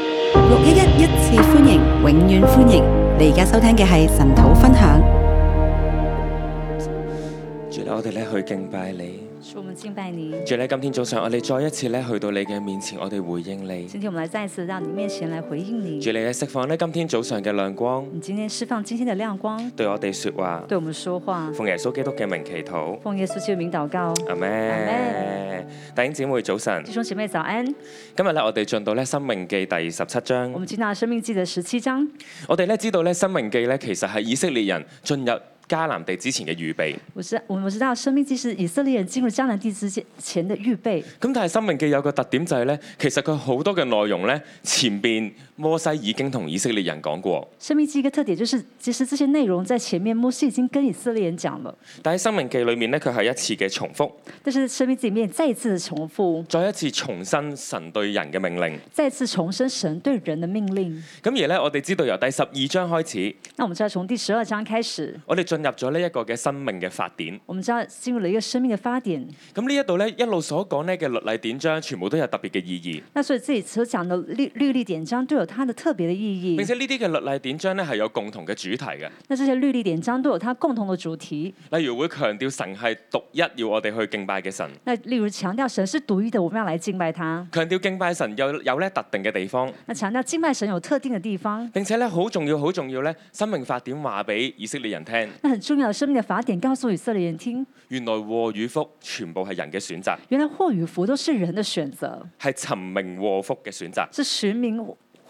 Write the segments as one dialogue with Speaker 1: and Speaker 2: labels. Speaker 1: 一一一次歡迎，永遠歡迎！你而家收聽嘅係神土分享。
Speaker 2: 主咧，我哋咧去敬拜你。
Speaker 3: 主，我们敬拜你。
Speaker 2: 主咧，今天早上我哋再一次咧去到你嘅面前，我哋回應你。
Speaker 3: 今天我们来再一次到你面前来回应你。
Speaker 2: 主你咧釋放咧今天早上嘅亮光，
Speaker 3: 你今天释放今天的亮光，
Speaker 2: 對我哋說話。
Speaker 3: 对我们说话。
Speaker 2: 奉耶穌基督嘅名祈禱，
Speaker 3: 奉耶穌基督的名祷告，
Speaker 2: 阿咩
Speaker 3: 們？
Speaker 2: 弟兄姊妹早晨
Speaker 3: 弟，兄姐妹早安。
Speaker 2: 今日咧我哋進到咧《生命記》第十七章
Speaker 3: 我。们进到《生命记》的十七章。
Speaker 2: 我哋咧知道咧《生命記》咧其實係以色列人進入迦南地之前嘅預備。
Speaker 3: 我知我们知道，《生命记》是以色列人进入迦南地之前的预备。
Speaker 2: 咁但係《生命記》有個特點就係咧，其實佢好多嘅內容咧，前邊摩西已經同以色列人講過，
Speaker 3: 《生命记》一个特点就是，其实这些内容在前面摩西已经跟以色列人讲了，
Speaker 2: 但喺《生命記》裏面咧，佢係一次嘅重複，
Speaker 3: 但是《生命记》里面再一次的重复，
Speaker 2: 再一次重申神對人嘅命令。
Speaker 3: 再次重申神对人的命令。
Speaker 2: 咁而咧，我哋知道由第十二章開始，
Speaker 3: 那我们知道，从第十二章开始，
Speaker 2: 我哋進入咗呢一個嘅生命嘅法典。
Speaker 3: 我们知道进入了一个生命的发点。
Speaker 2: 咁呢一度咧，一路所講咧嘅律例典章，全部都有特別嘅意義。
Speaker 3: 那所以自己所讲的律律例典章都有它的特别的意
Speaker 2: 並
Speaker 3: 义。
Speaker 2: 且呢啲嘅律例典章咧係有共同嘅主題嘅，
Speaker 3: 那这些律例典章都有它共同的主题。
Speaker 2: 例如會強調神係獨一要我哋去敬拜嘅神，
Speaker 3: 那例如强調神是獨一的，我们要来敬拜他。
Speaker 2: 強調敬拜神有有咧特定嘅地方。
Speaker 3: 那强調敬拜神有特定的地方。
Speaker 2: 並且咧好重要好重要咧，生命法典話俾以色列人聽，
Speaker 3: 那很重要的生命的法典告訴以色列人聽，
Speaker 2: 原來禍與福全部係人嘅選擇，
Speaker 3: 原來禍與福都是人的選擇，
Speaker 2: 係尋名禍福嘅選擇。
Speaker 3: 是寻名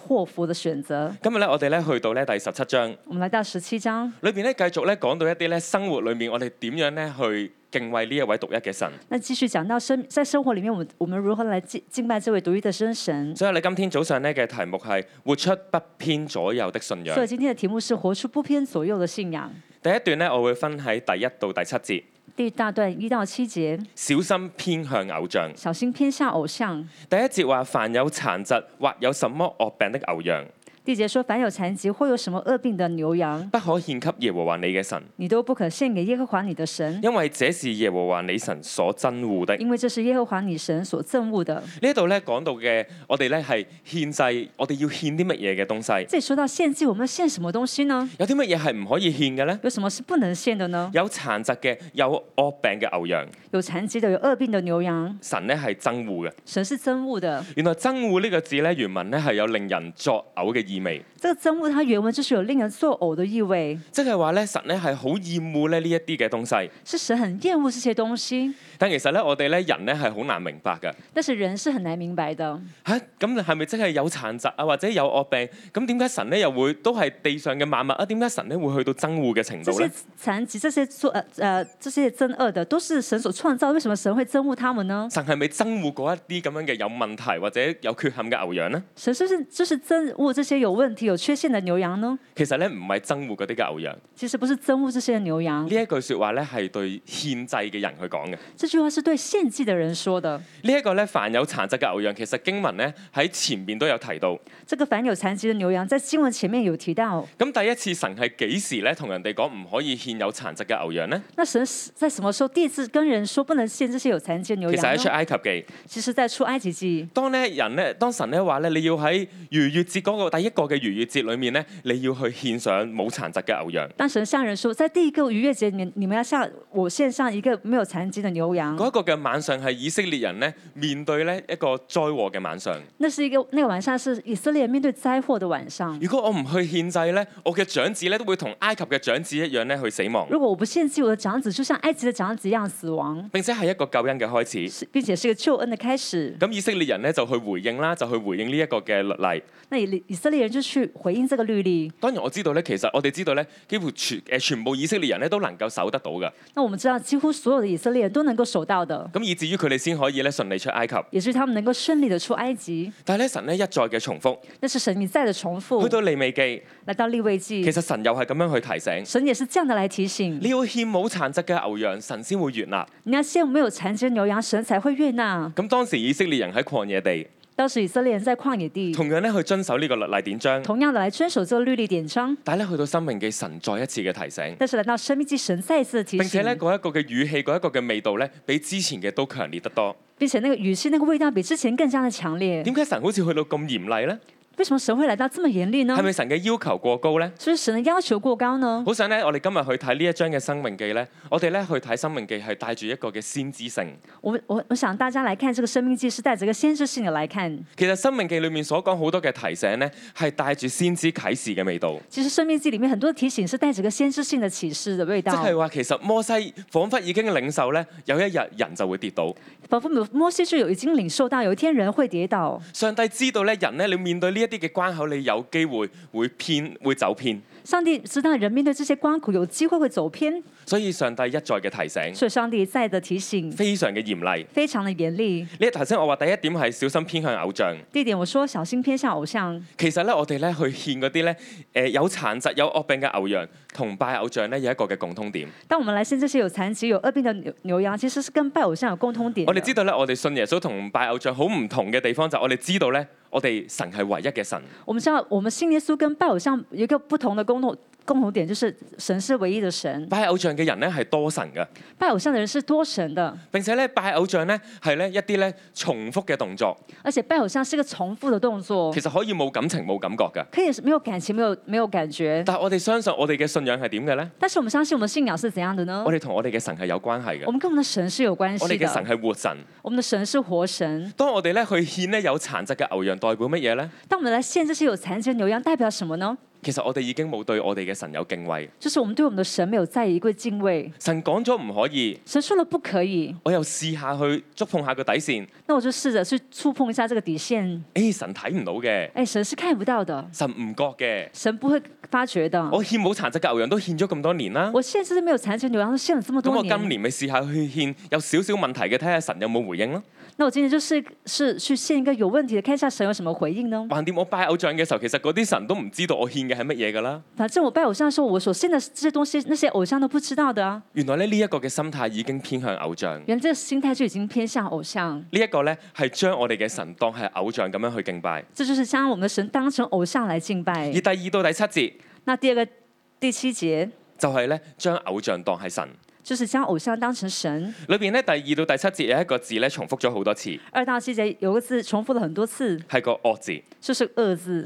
Speaker 3: 禍福的選擇。
Speaker 2: 今日咧，我哋咧去到咧第十七章，
Speaker 3: 我們來到十七章，
Speaker 2: 裏邊咧繼續咧講到一啲咧生活裏面我哋點樣咧去敬畏呢一位獨一嘅神。
Speaker 3: 那繼續講到生在生活裡面，我們我們如何來敬敬拜這位獨一的真神。
Speaker 2: 所以你今天早上咧嘅題目係活出不偏左右的信仰
Speaker 3: 所以。今天的題目是活出不偏左右的信仰。
Speaker 2: 第一段咧，我會分喺第一到第七節，
Speaker 3: 第一大段一到七節。
Speaker 2: 小心偏向偶像。
Speaker 3: 小心偏向偶像。
Speaker 2: 第一節話：凡有殘疾或有什麼惡病的牛羊，
Speaker 3: 第姐说：凡有残疾或有什么恶病的牛羊，
Speaker 2: 不可獻給耶和華你嘅神。
Speaker 3: 你都不可献给耶和华你的神，
Speaker 2: 因為這是耶和華你神所憎護的。
Speaker 3: 因为这是耶和华你神所憎恶的。
Speaker 2: 呢一度咧講到嘅，我哋咧係獻祭，我哋要獻啲乜嘢嘅東西？
Speaker 3: 这里说到献祭，我们要献什么东西呢？
Speaker 2: 有啲乜嘢係唔可以獻嘅咧？
Speaker 3: 有什么是不能献的呢？
Speaker 2: 有殘疾嘅，有惡病嘅牛羊，
Speaker 3: 有残疾的，有恶病的牛羊，
Speaker 2: 神咧係憎惡嘅。
Speaker 3: 神是憎恶的。
Speaker 2: 原來憎惡呢個字咧，原文咧係有令人作嘔嘅意味，
Speaker 3: 这个憎恶，它原文就是有令人作呕的意味，
Speaker 2: 即係話咧神咧係好厭惡咧呢一啲嘅東西。
Speaker 3: 是神很厌恶这些东西。
Speaker 2: 但其實咧，我哋咧人咧係好難明白嘅。
Speaker 3: 但是人是很難明白的。
Speaker 2: 嚇、咁係咪即係有殘疾啊，或者有惡病？咁點解神咧又會都係地上嘅萬物啊？點解神咧會去到憎惡嘅程
Speaker 3: 这
Speaker 2: 度咧
Speaker 3: 些？残疾，这些作呃呃这些憎恶的，都是神所创造，为什么神会憎恶他们呢？
Speaker 2: 神係咪憎惡嗰一啲咁樣嘅有問題或者有缺陷嘅牛羊呢？
Speaker 3: 神是不是就是憎恶这些有问题、有缺陷的牛羊呢？
Speaker 2: 其實咧唔係憎惡嗰啲嘅牛羊，呢
Speaker 3: 其实不是憎恶这些牛羊，
Speaker 2: 一句説話咧係對獻祭嘅人去講嘅。呢、
Speaker 3: 这句话是对献祭的人说的。
Speaker 2: 一個咧凡有殘疾嘅牛羊，其實經文咧喺前面都有提到。
Speaker 3: 这个凡有残疾的牛羊，在经文前面有提到。
Speaker 2: 咁第一次神係幾時咧同人哋講唔可以獻有殘疾嘅牛羊呢？
Speaker 3: 那神是在什么时候第一次跟人说不能献这些有残疾的牛
Speaker 2: 其實
Speaker 3: 羊
Speaker 2: 喺出
Speaker 3: 呢？
Speaker 2: 埃及記，
Speaker 3: 其實在出埃及记，
Speaker 2: 當咧人咧當神咧話咧你要喺逾越節嗰個第一個嘅逾越節裏面咧，你要去獻上冇殘疾嘅牛羊。
Speaker 3: 当神向人说，在第一个逾越节，你你们要向我献上一个没有残疾的牛羊。
Speaker 2: 嗰一個嘅晚上係以色列人咧面對咧一個災禍嘅晚上。
Speaker 3: 那是一个那个晚上是以色列面对灾祸的晚上。
Speaker 2: 如果我唔去獻祭咧，我嘅長子咧都會同埃及嘅長子一樣咧去死亡，
Speaker 3: 如果我不献祭，我的长子就像埃及的长子一样死亡，
Speaker 2: 並且係一個救恩嘅開始。
Speaker 3: 是并且是一个救恩的开始。
Speaker 2: 咁以色列人咧就去回應啦，就去回應呢一個嘅律例。
Speaker 3: 那以以色列人就去回应这个律例。
Speaker 2: 當然我知道咧，其實我哋知道咧，幾乎全誒全部以色列人咧都能夠守得到嘅，
Speaker 3: 那我们知道，几乎所有的以色列人都能够守到的，
Speaker 2: 咁以至於佢哋先可以咧順利出埃及。
Speaker 3: 也是他们能够顺利的出埃及。
Speaker 2: 但係咧神咧一再嘅重複，
Speaker 3: 那是神一再的重复
Speaker 2: 去。到利未記，
Speaker 3: 来到立位
Speaker 2: 其
Speaker 3: 记，
Speaker 2: 實神又係咁樣去提醒。
Speaker 3: 神也是这样的来提醒：
Speaker 2: 你要獻冇殘疾嘅牛羊，神先會悦納。
Speaker 3: 你要献没有残疾的牛羊，神才会悦纳。
Speaker 2: 咁當時以色列人喺曠野地，
Speaker 3: 当时以色列人在旷野地，
Speaker 2: 同樣咧去遵守呢個律例典章。
Speaker 3: 嗯同样的来遵守这个律例典章。
Speaker 2: 但係咧去到生命嘅神再一次嘅提醒，
Speaker 3: 但是来到生命记，神再一次的提
Speaker 2: 並且咧
Speaker 3: 醒，
Speaker 2: 嗰一個嘅語氣，嗰一個嘅味道咧，比之前嘅都強烈得多。
Speaker 3: 并且那个语气、那个味道比之前更加的强烈。
Speaker 2: 點解神好似去到咁嚴厲呢？
Speaker 3: 为什么神会来到这么严厉呢
Speaker 2: 係？咪神嘅要求過高呢？
Speaker 3: 是不是神的要求过高呢？
Speaker 2: 好想咧，我哋今日去睇呢一章嘅《生命記》呢，我哋咧去睇《生命記》係帶住一個嘅先知性。
Speaker 3: 我们我我想大家来看这个生命记是带着一个先知性的来看。
Speaker 2: 其實《生命記》裏面所講好多嘅提醒呢，係帶住先知啟示嘅味道，
Speaker 3: 其实生命记里面很多的提醒是带着一个先知性的启示的味
Speaker 2: 即
Speaker 3: 道，
Speaker 2: 係話其實摩西彷彿已經領受呢，有一日人就會跌倒。
Speaker 3: 仿佛摩摩西就有已经领受到有一天人会跌倒。
Speaker 2: 上帝知道咧，人咧，你面對呢一啲嘅關口，你有機會會偏，會走偏。
Speaker 3: 上帝知道人面对这些关口有机会会走偏，
Speaker 2: 所以上帝一再嘅提醒，
Speaker 3: 所以上帝一再的提醒
Speaker 2: 非常嘅嚴厲。
Speaker 3: 非常的严厉。
Speaker 2: 呢頭先我話第一點係小心偏向偶像，
Speaker 3: 第一点，我说小心偏向偶像。
Speaker 2: 其實咧我哋咧去獻嗰啲咧誒有殘疾有惡病嘅牛羊同拜偶像咧有一個嘅共通點。
Speaker 3: 当我们来信这些有残疾、有恶病的牛牛羊，其实是跟拜偶像有共通点的。
Speaker 2: 我哋哦知道咧，我哋信耶穌同拜偶像好唔同嘅地方就係我哋知道咧，我哋神係唯一嘅神，
Speaker 3: 我们知道，我们信耶稣跟拜偶像有一个不同的共同共同点，就是神是唯一的神，
Speaker 2: 拜偶像嘅人咧係多神嘅，
Speaker 3: 拜偶像的人是多神的，
Speaker 2: 並且咧拜偶像咧係咧一啲咧重複嘅動作，
Speaker 3: 而且拜偶像是个重复的动作
Speaker 2: 其，實可以冇感情冇感覺㗎。
Speaker 3: 可以是没有感情、没有没有感觉。
Speaker 2: 但係我哋相信我哋嘅信仰係點嘅咧？
Speaker 3: 但是我们相信我们信仰是怎样的呢
Speaker 2: 我？哋同我哋嘅神係有關係
Speaker 3: Oh 我
Speaker 2: 嘅。
Speaker 3: 们跟我们的神是有关
Speaker 2: 我
Speaker 3: 系
Speaker 2: 哋嘅神
Speaker 3: 的，
Speaker 2: 係活神。
Speaker 3: 我们的神是活神。
Speaker 2: 當我哋咧去獻咧有殘疾嘅牛羊，代表乜嘢咧？
Speaker 3: 当我们来献这些有残疾的牛羊，代表什么呢？
Speaker 2: 其實我哋已經冇對我哋嘅神有敬畏。
Speaker 3: 就是我们对我们的神没有在意、一个敬畏。
Speaker 2: 神講咗唔可以，
Speaker 3: 神说了不可以，
Speaker 2: 我又試下去觸碰下個底線。
Speaker 3: 那我就试着去触碰一下这个底线。
Speaker 2: 誒、神睇唔到嘅，
Speaker 3: 哎，神是看不到的，
Speaker 2: 神唔覺嘅。
Speaker 3: 神不会发觉的。
Speaker 2: 我獻冇殘疾嘅牛羊都獻咗咁多年啦。
Speaker 3: 我现在是没有残疾牛羊，都献了这么
Speaker 2: 咁
Speaker 3: 多
Speaker 2: 我
Speaker 3: 年。
Speaker 2: 今年咪試下去獻有少少問題嘅，睇下神有冇回應咯。
Speaker 3: 那我今年就是是去献一个有问题的，看一下神有什么回应呢？
Speaker 2: 橫掂我拜偶像嘅時候，其實嗰啲神都唔知道我獻嘅係乜嘢㗎啦。
Speaker 3: 反正我拜偶像的时候，我所信的这些东西，那些偶像都不知道的啊。
Speaker 2: 原來咧呢一個嘅心態已經偏向偶像。
Speaker 3: 原来这个心态就已经偏向偶像，
Speaker 2: 呢一個呢，係將我哋嘅神當係偶像咁樣去敬拜。
Speaker 3: 这就是将我们的神当成偶像来敬拜
Speaker 2: 而。第二到第七節
Speaker 3: 那第二个第七节
Speaker 2: 就係呢將偶像當係神。
Speaker 3: 就是将偶像当成神。
Speaker 2: 裏邊呢，第二到第七節有一個字呢，重複咗好多次，
Speaker 3: 二到七节有个字重复了很多次，
Speaker 2: 係個惡字。
Speaker 3: 就是“恶”字。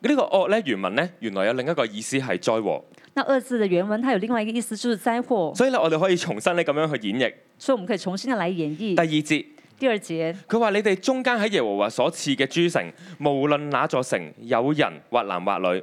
Speaker 2: 呢、個惡呢，原文呢，原來有另一個意思係災禍，
Speaker 3: 那“恶”字的原文它有另外一个意思，就是灾祸。
Speaker 2: 所以咧我哋可以重新呢咁樣去演繹。
Speaker 3: 所以我们可以重新的来演绎
Speaker 2: 第二節
Speaker 3: 第二节。
Speaker 2: 佢話：你哋中間喺耶和華所賜嘅諸城，無論哪座城，有人或男或女，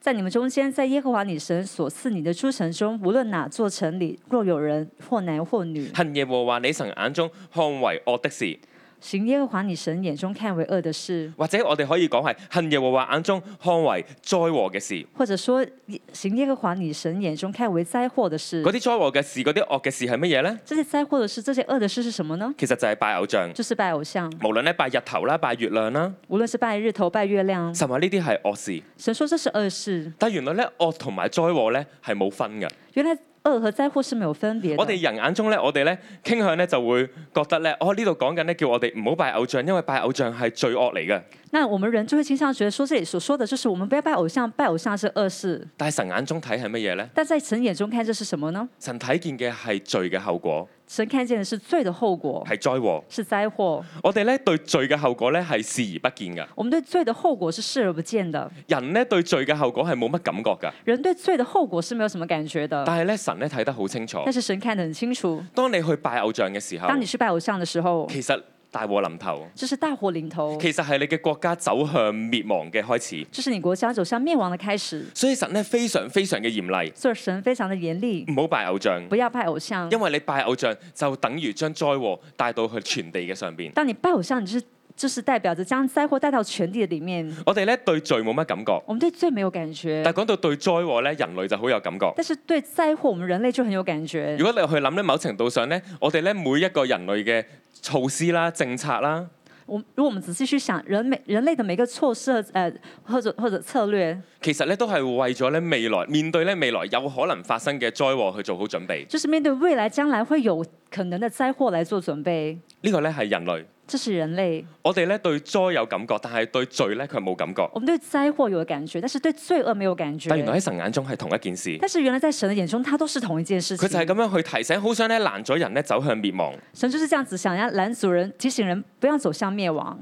Speaker 3: 在你们中间，在耶和华你神所赐你的诸城中，无论哪座城里，若有人或男或女，
Speaker 2: 恨耶和華你神眼中看為惡的事，
Speaker 3: 行耶和華你神眼中看为恶的事，
Speaker 2: 或者我哋可以講係恨耶和華眼中看為災禍嘅事。
Speaker 3: 或者说行耶和華你神眼中看为灾祸的事
Speaker 2: 嗰，啲災禍嘅事，嗰啲惡嘅事係乜嘢呢？
Speaker 3: 这些灾祸的事，这些恶的事是什么呢？
Speaker 2: 其實就係拜偶像，
Speaker 3: 就是拜偶像，
Speaker 2: 無論咧拜日頭啦、拜月亮啦，
Speaker 3: 无论是拜日头、拜月亮，
Speaker 2: 神話呢啲係惡事。
Speaker 3: 神说这是恶事。
Speaker 2: 但原來咧惡同埋災禍咧係冇分嘅。
Speaker 3: 原来恶和灾祸是没有分别
Speaker 2: 我哋
Speaker 3: 的。
Speaker 2: 人眼中咧，我哋咧傾向咧就會覺得咧，哦呢度講緊咧叫我哋唔好拜偶像，因為拜偶像係罪惡嚟嘅。
Speaker 3: 那我们人就会倾向觉得说，这里所说的就是我们不要拜偶像，拜偶像是恶事。
Speaker 2: 但係神眼中睇係乜嘢咧？
Speaker 3: 但在神眼中看，这是什么呢？
Speaker 2: 神睇見嘅係罪嘅後果，
Speaker 3: 神看见的是罪的后果，
Speaker 2: 係災禍。
Speaker 3: 是灾祸。
Speaker 2: 我哋咧對罪嘅後果咧係視而不見㗎。
Speaker 3: 我们对罪的后果是视而不见的，
Speaker 2: 人咧對罪嘅後果係冇乜感覺㗎，
Speaker 3: 人对罪的后果是没有什么感觉的。
Speaker 2: 但係咧神咧睇得好清楚。
Speaker 3: 但是神看得很清楚，
Speaker 2: 當你去拜偶像嘅時候，
Speaker 3: 当你去拜偶像的时候，
Speaker 2: 其實大禍臨頭，
Speaker 3: 这是大祸临头，
Speaker 2: 其實係你嘅國家走向滅亡嘅開始。
Speaker 3: 这是你国家走向灭亡的开始。
Speaker 2: 所以神咧非常非常嘅嚴厲，
Speaker 3: 所以神非常的严厉，
Speaker 2: 唔好拜偶像，
Speaker 3: 不要拜偶像
Speaker 2: 因。為你拜偶像就等於將災禍帶到去全地嘅上邊。
Speaker 3: 当你拜偶像，你就是就是代表着将灾祸带到全地里面。
Speaker 2: 我哋咧對罪冇乜感覺，
Speaker 3: 我们对罪没有感觉，
Speaker 2: 但係講到對災禍咧，人類就好有感覺。
Speaker 3: 但是对灾祸，我们人类就很有感觉
Speaker 2: 如。果你去諗咧，某程度上咧，我哋咧每一個人類嘅措施啦、政策啦，
Speaker 3: 我如果我们仔细去想，人每人类的每个措施和呃或者或者策略，
Speaker 2: 其實咧都係為咗咧未來面對咧未來有可能發生嘅災禍去做好準備。
Speaker 3: 就是面对未来将来会有可能的灾祸来做准备。
Speaker 2: 呢個咧係人類。
Speaker 3: 这是人类，
Speaker 2: 我哋咧對災有感覺，但係對罪咧佢冇感覺。
Speaker 3: 我们对灾祸有感觉，但是对罪恶没有感觉
Speaker 2: 但。原來喺神眼中係同一件事，
Speaker 3: 但是原来在神的眼中，它都是同一件事
Speaker 2: 佢就係
Speaker 3: 情。
Speaker 2: 咁樣去提醒，好想咧攔咗人咧走向滅亡。
Speaker 3: 神就是这样子，想要拦阻人，提醒人不要走向灭亡。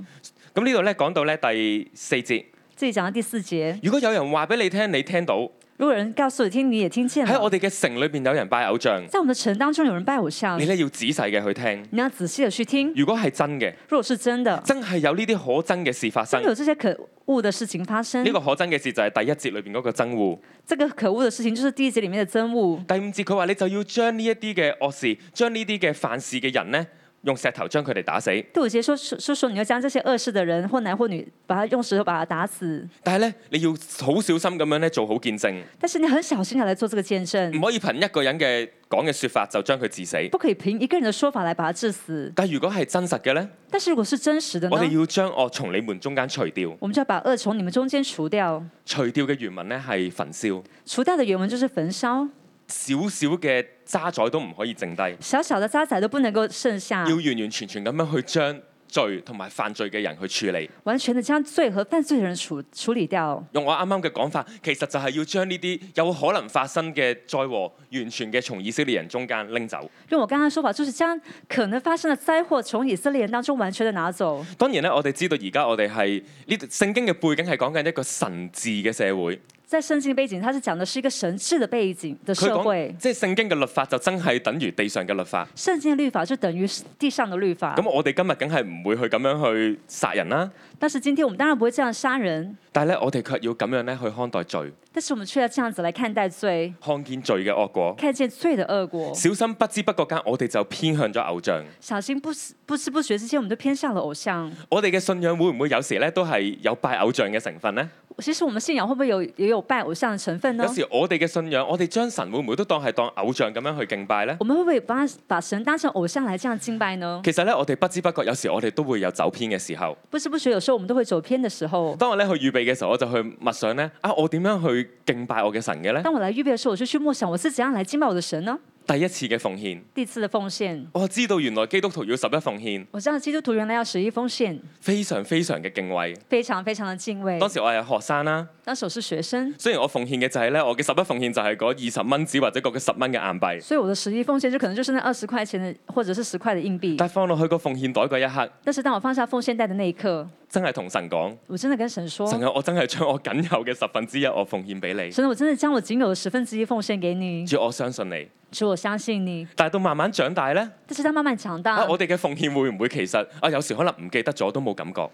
Speaker 2: 咁呢度咧講到咧第四節，
Speaker 3: 这里讲到第四節，
Speaker 2: 如果有人話俾你聽，你聽到喺
Speaker 3: 如果有人告訴你聽，你也聽見
Speaker 2: 我
Speaker 3: 了。
Speaker 2: 哋嘅城裏邊有人拜偶像，
Speaker 3: 在我们的城當中有人拜偶像
Speaker 2: 你，咧要仔細嘅去聽。
Speaker 3: 你要仔細的去聽。
Speaker 2: 如果係真嘅，
Speaker 3: 如果是真的，
Speaker 2: 真係有呢啲可真嘅事發生
Speaker 3: 真的。有这些可惡的事情發生
Speaker 2: 呢。個可真嘅事就係第一節裏邊嗰個憎惡。
Speaker 3: 這個可惡的事情就是第一節裡面的憎惡。
Speaker 2: 第五節佢話你就要將呢一啲嘅惡事，將呢啲嘅犯事嘅人呢，用石頭將佢哋打死。
Speaker 3: 第五節說說說說你要將這些惡事的人，或男或女，把他用石頭把他打死。
Speaker 2: 但係呢，你要好小心咁樣咧做好見證，
Speaker 3: 但是你很小心地來做這個見
Speaker 2: 唔
Speaker 3: 證，
Speaker 2: 可以憑一個人嘅講嘅説法就將佢致死。
Speaker 3: 不可以憑一個人的說法來把他致死。
Speaker 2: 但如果係真實嘅呢，
Speaker 3: 但是如果是真實的
Speaker 2: 我哋
Speaker 3: 呢？
Speaker 2: 要將惡從你們中間除掉。
Speaker 3: 我們就要把惡從你們中間除掉。
Speaker 2: 除掉嘅原文呢係焚燒，
Speaker 3: 除掉的原文就是焚燒，
Speaker 2: 少少嘅渣滓都唔可以剩低，
Speaker 3: 小小的渣滓都不能夠剩下
Speaker 2: 要，完完全全咁樣去將罪同埋犯罪嘅人去處理。
Speaker 3: 完全的將罪和犯罪的人處處理掉。
Speaker 2: 用我啱啱嘅講法，其實就係要將呢啲有可能發生嘅災禍，完全嘅從以色列人中間拎走。
Speaker 3: 用我剛剛的說法，就是將可能發生的災禍從以色列人當中完全的拿走。
Speaker 2: 當然咧，我哋知道而家我哋係呢聖經嘅背景係講緊一個神治嘅社會。
Speaker 3: 在聖經背景，它是講的是一個神治的背景的
Speaker 2: 佢
Speaker 3: 社
Speaker 2: 講
Speaker 3: 會。
Speaker 2: 即係聖經嘅律法就真係等於地上嘅律法。
Speaker 3: 聖經的律法就等於地上的律法
Speaker 2: 咁，我哋今日梗係唔會去咁樣去殺人啦，
Speaker 3: 但是今天我們當然不會這樣殺人，
Speaker 2: 但係咧我哋卻要咁樣咧去看待罪，
Speaker 3: 但是我們卻要這樣子來看待罪，
Speaker 2: 看見罪嘅惡果。
Speaker 3: 看見罪的惡果。
Speaker 2: 小心不知不覺間，我哋就偏向咗偶像。
Speaker 3: 小心不知不知不覺之間，我們就偏向了偶像。
Speaker 2: 我哋嘅信仰會唔會有時咧都係有拜偶像嘅成分呢？
Speaker 3: 其實我們信仰會不會有也有拜偶像的成分呢
Speaker 2: 有？時我哋嘅信仰，我哋將神會唔會都當係當偶像咁樣去敬拜呢？
Speaker 3: 我們會不會把把神當成偶像來這樣敬拜呢？
Speaker 2: 其實咧，我哋不知不覺有時我哋都會有走偏嘅時候。
Speaker 3: 不知不覺，有時候我們都會走偏的時候。
Speaker 2: 當我咧去預備嘅時候，我就去默想咧啊，我點樣去敬拜我嘅神嘅呢？
Speaker 3: 當我來預備的時候，我就去默想我是怎樣來敬拜我的神呢？
Speaker 2: 第一次嘅奉獻，
Speaker 3: 第一次的奉獻，
Speaker 2: 我知道原來基督徒要十一奉獻，
Speaker 3: 我知道基督徒原來要十一奉獻，
Speaker 2: 非常非常嘅敬畏。
Speaker 3: 非常非常的敬畏
Speaker 2: 當。時我係學生啦，
Speaker 3: 當時我是學生，
Speaker 2: 雖然我奉獻嘅就係咧，我嘅十一奉獻就係嗰二十蚊紙或者嗰個十蚊嘅硬幣，
Speaker 3: 所以我的十一奉獻就可能就是那二十塊錢的或者是十塊的硬幣。
Speaker 2: 但係放落去個奉獻袋嗰一刻，
Speaker 3: 但是當我放下奉獻袋的那一刻，
Speaker 2: 真係同神講：
Speaker 3: 我真的跟神說：
Speaker 2: 神啊，我真係將我僅有嘅十分之一我奉獻俾你，
Speaker 3: 神，啊我真的將我僅有的十分之一奉獻給你，
Speaker 2: 主我相信你。
Speaker 3: 主，我相信你。
Speaker 2: 但係到慢慢長大呢，
Speaker 3: 但是當慢慢長大，
Speaker 2: 啊，我哋嘅奉獻會唔會其實啊，有時可能唔記得咗都冇感覺，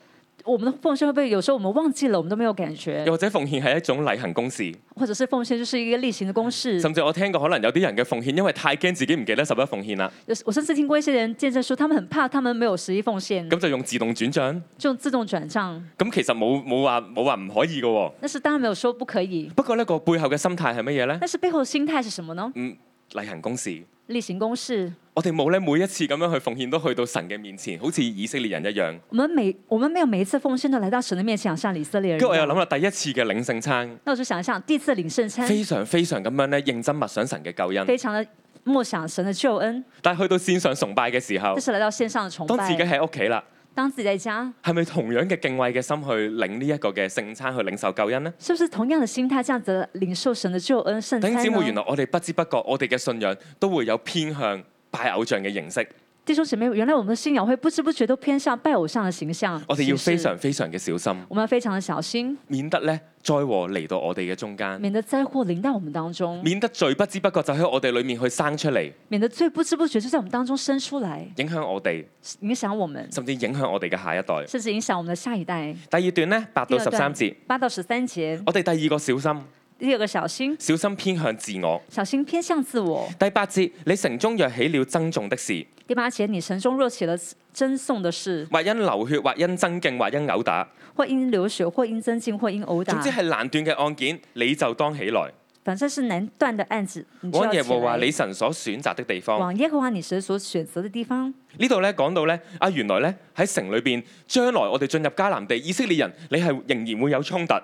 Speaker 3: 我們的奉獻會不會有時候我們忘記了，我們都沒有感覺
Speaker 2: 又，或者奉獻係一種例行公事，
Speaker 3: 或者是奉獻就是一個例行的公事。
Speaker 2: 甚至我聽過可能有啲人嘅奉獻，因為太驚自己唔記得十一奉獻啦，
Speaker 3: 有時我甚至聽過一些人見證說，他們很怕他們沒有十一奉獻，
Speaker 2: 咁就用自動轉帳，
Speaker 3: 就自動轉賬。
Speaker 2: 咁其實冇冇話冇話唔可以嘅喎。
Speaker 3: 但是當然沒有說不可以，
Speaker 2: 不過呢個背後嘅心態係乜嘢呢？
Speaker 3: 但是背後的心態是什麼呢？
Speaker 2: 嗯，例行公事，
Speaker 3: 例行公事，
Speaker 2: 我哋冇咧每一次咁樣去奉獻都去到神嘅面前，好似以色列人一樣。
Speaker 3: 我們每我們沒有每一次奉獻都來到神的面前，好像以色列人
Speaker 2: 跟住
Speaker 3: 一
Speaker 2: 我又
Speaker 3: 樣。
Speaker 2: 諗啦，第一次嘅領聖餐，
Speaker 3: 那我就想一想，第一次領聖餐，
Speaker 2: 非常非常咁樣咧認真默想神嘅救恩，
Speaker 3: 非常的默想神的救恩，
Speaker 2: 但係去到線上崇拜嘅時候
Speaker 3: 但，是來到線上的崇
Speaker 2: 當自己
Speaker 3: 拜，
Speaker 2: 喺屋企啦。
Speaker 3: 當自己在家，
Speaker 2: 係咪同樣嘅敬畏嘅心去領呢一個嘅聖餐去領受救恩呢？
Speaker 3: 是不是同樣的心態這樣子領受神的救恩聖
Speaker 2: 弟
Speaker 3: 餐
Speaker 2: 兄姊妹，原
Speaker 3: 呢？
Speaker 2: 來我哋不知不覺，我哋嘅信仰都會有偏向拜偶像嘅形式，
Speaker 3: 弟兄姐妹，原來我們的信仰會不知不覺都偏向拜偶像的形象。
Speaker 2: 我哋要非
Speaker 3: 形式
Speaker 2: 常非常嘅小心，
Speaker 3: 我们要非常的小心，
Speaker 2: 免得咧災禍嚟到我哋嘅中間，
Speaker 3: 免得災禍臨到我們當中，
Speaker 2: 免得罪不知不覺就喺我哋裏面去生出嚟，
Speaker 3: 免得罪不知不覺就在我們當中生出來，
Speaker 2: 影響我哋，
Speaker 3: 影響我們，
Speaker 2: 甚至影響我哋嘅下一代。
Speaker 3: 甚至影響我們的下一代。
Speaker 2: 第二段呢，八到
Speaker 3: 第
Speaker 2: 十
Speaker 3: 二
Speaker 2: 三
Speaker 3: 段
Speaker 2: 節，
Speaker 3: 八到十三節，
Speaker 2: 我哋第二個小心，
Speaker 3: 第二個小心，
Speaker 2: 小心偏向自我。
Speaker 3: 小心偏向自我。
Speaker 2: 第八節，你城中若起了爭訟的事，
Speaker 3: 第八節，你神中若起了爭訟的事，
Speaker 2: 或因流血，或因爭競，或因毆打，
Speaker 3: 或因流血，或因爭競，或因毆
Speaker 2: 總
Speaker 3: 打
Speaker 2: 之，係難斷嘅案件，你就當起來。
Speaker 3: 反正是難斷的案子，你就
Speaker 2: 往耶
Speaker 3: 要起
Speaker 2: 和華你
Speaker 3: 來。
Speaker 2: 神所選擇的地方。
Speaker 3: 往耶和華你神所選擇的地方，
Speaker 2: 呢度咧講到咧，啊原來咧喺城裏邊，將來我哋進入迦南地，以色列人你係仍然會有衝突。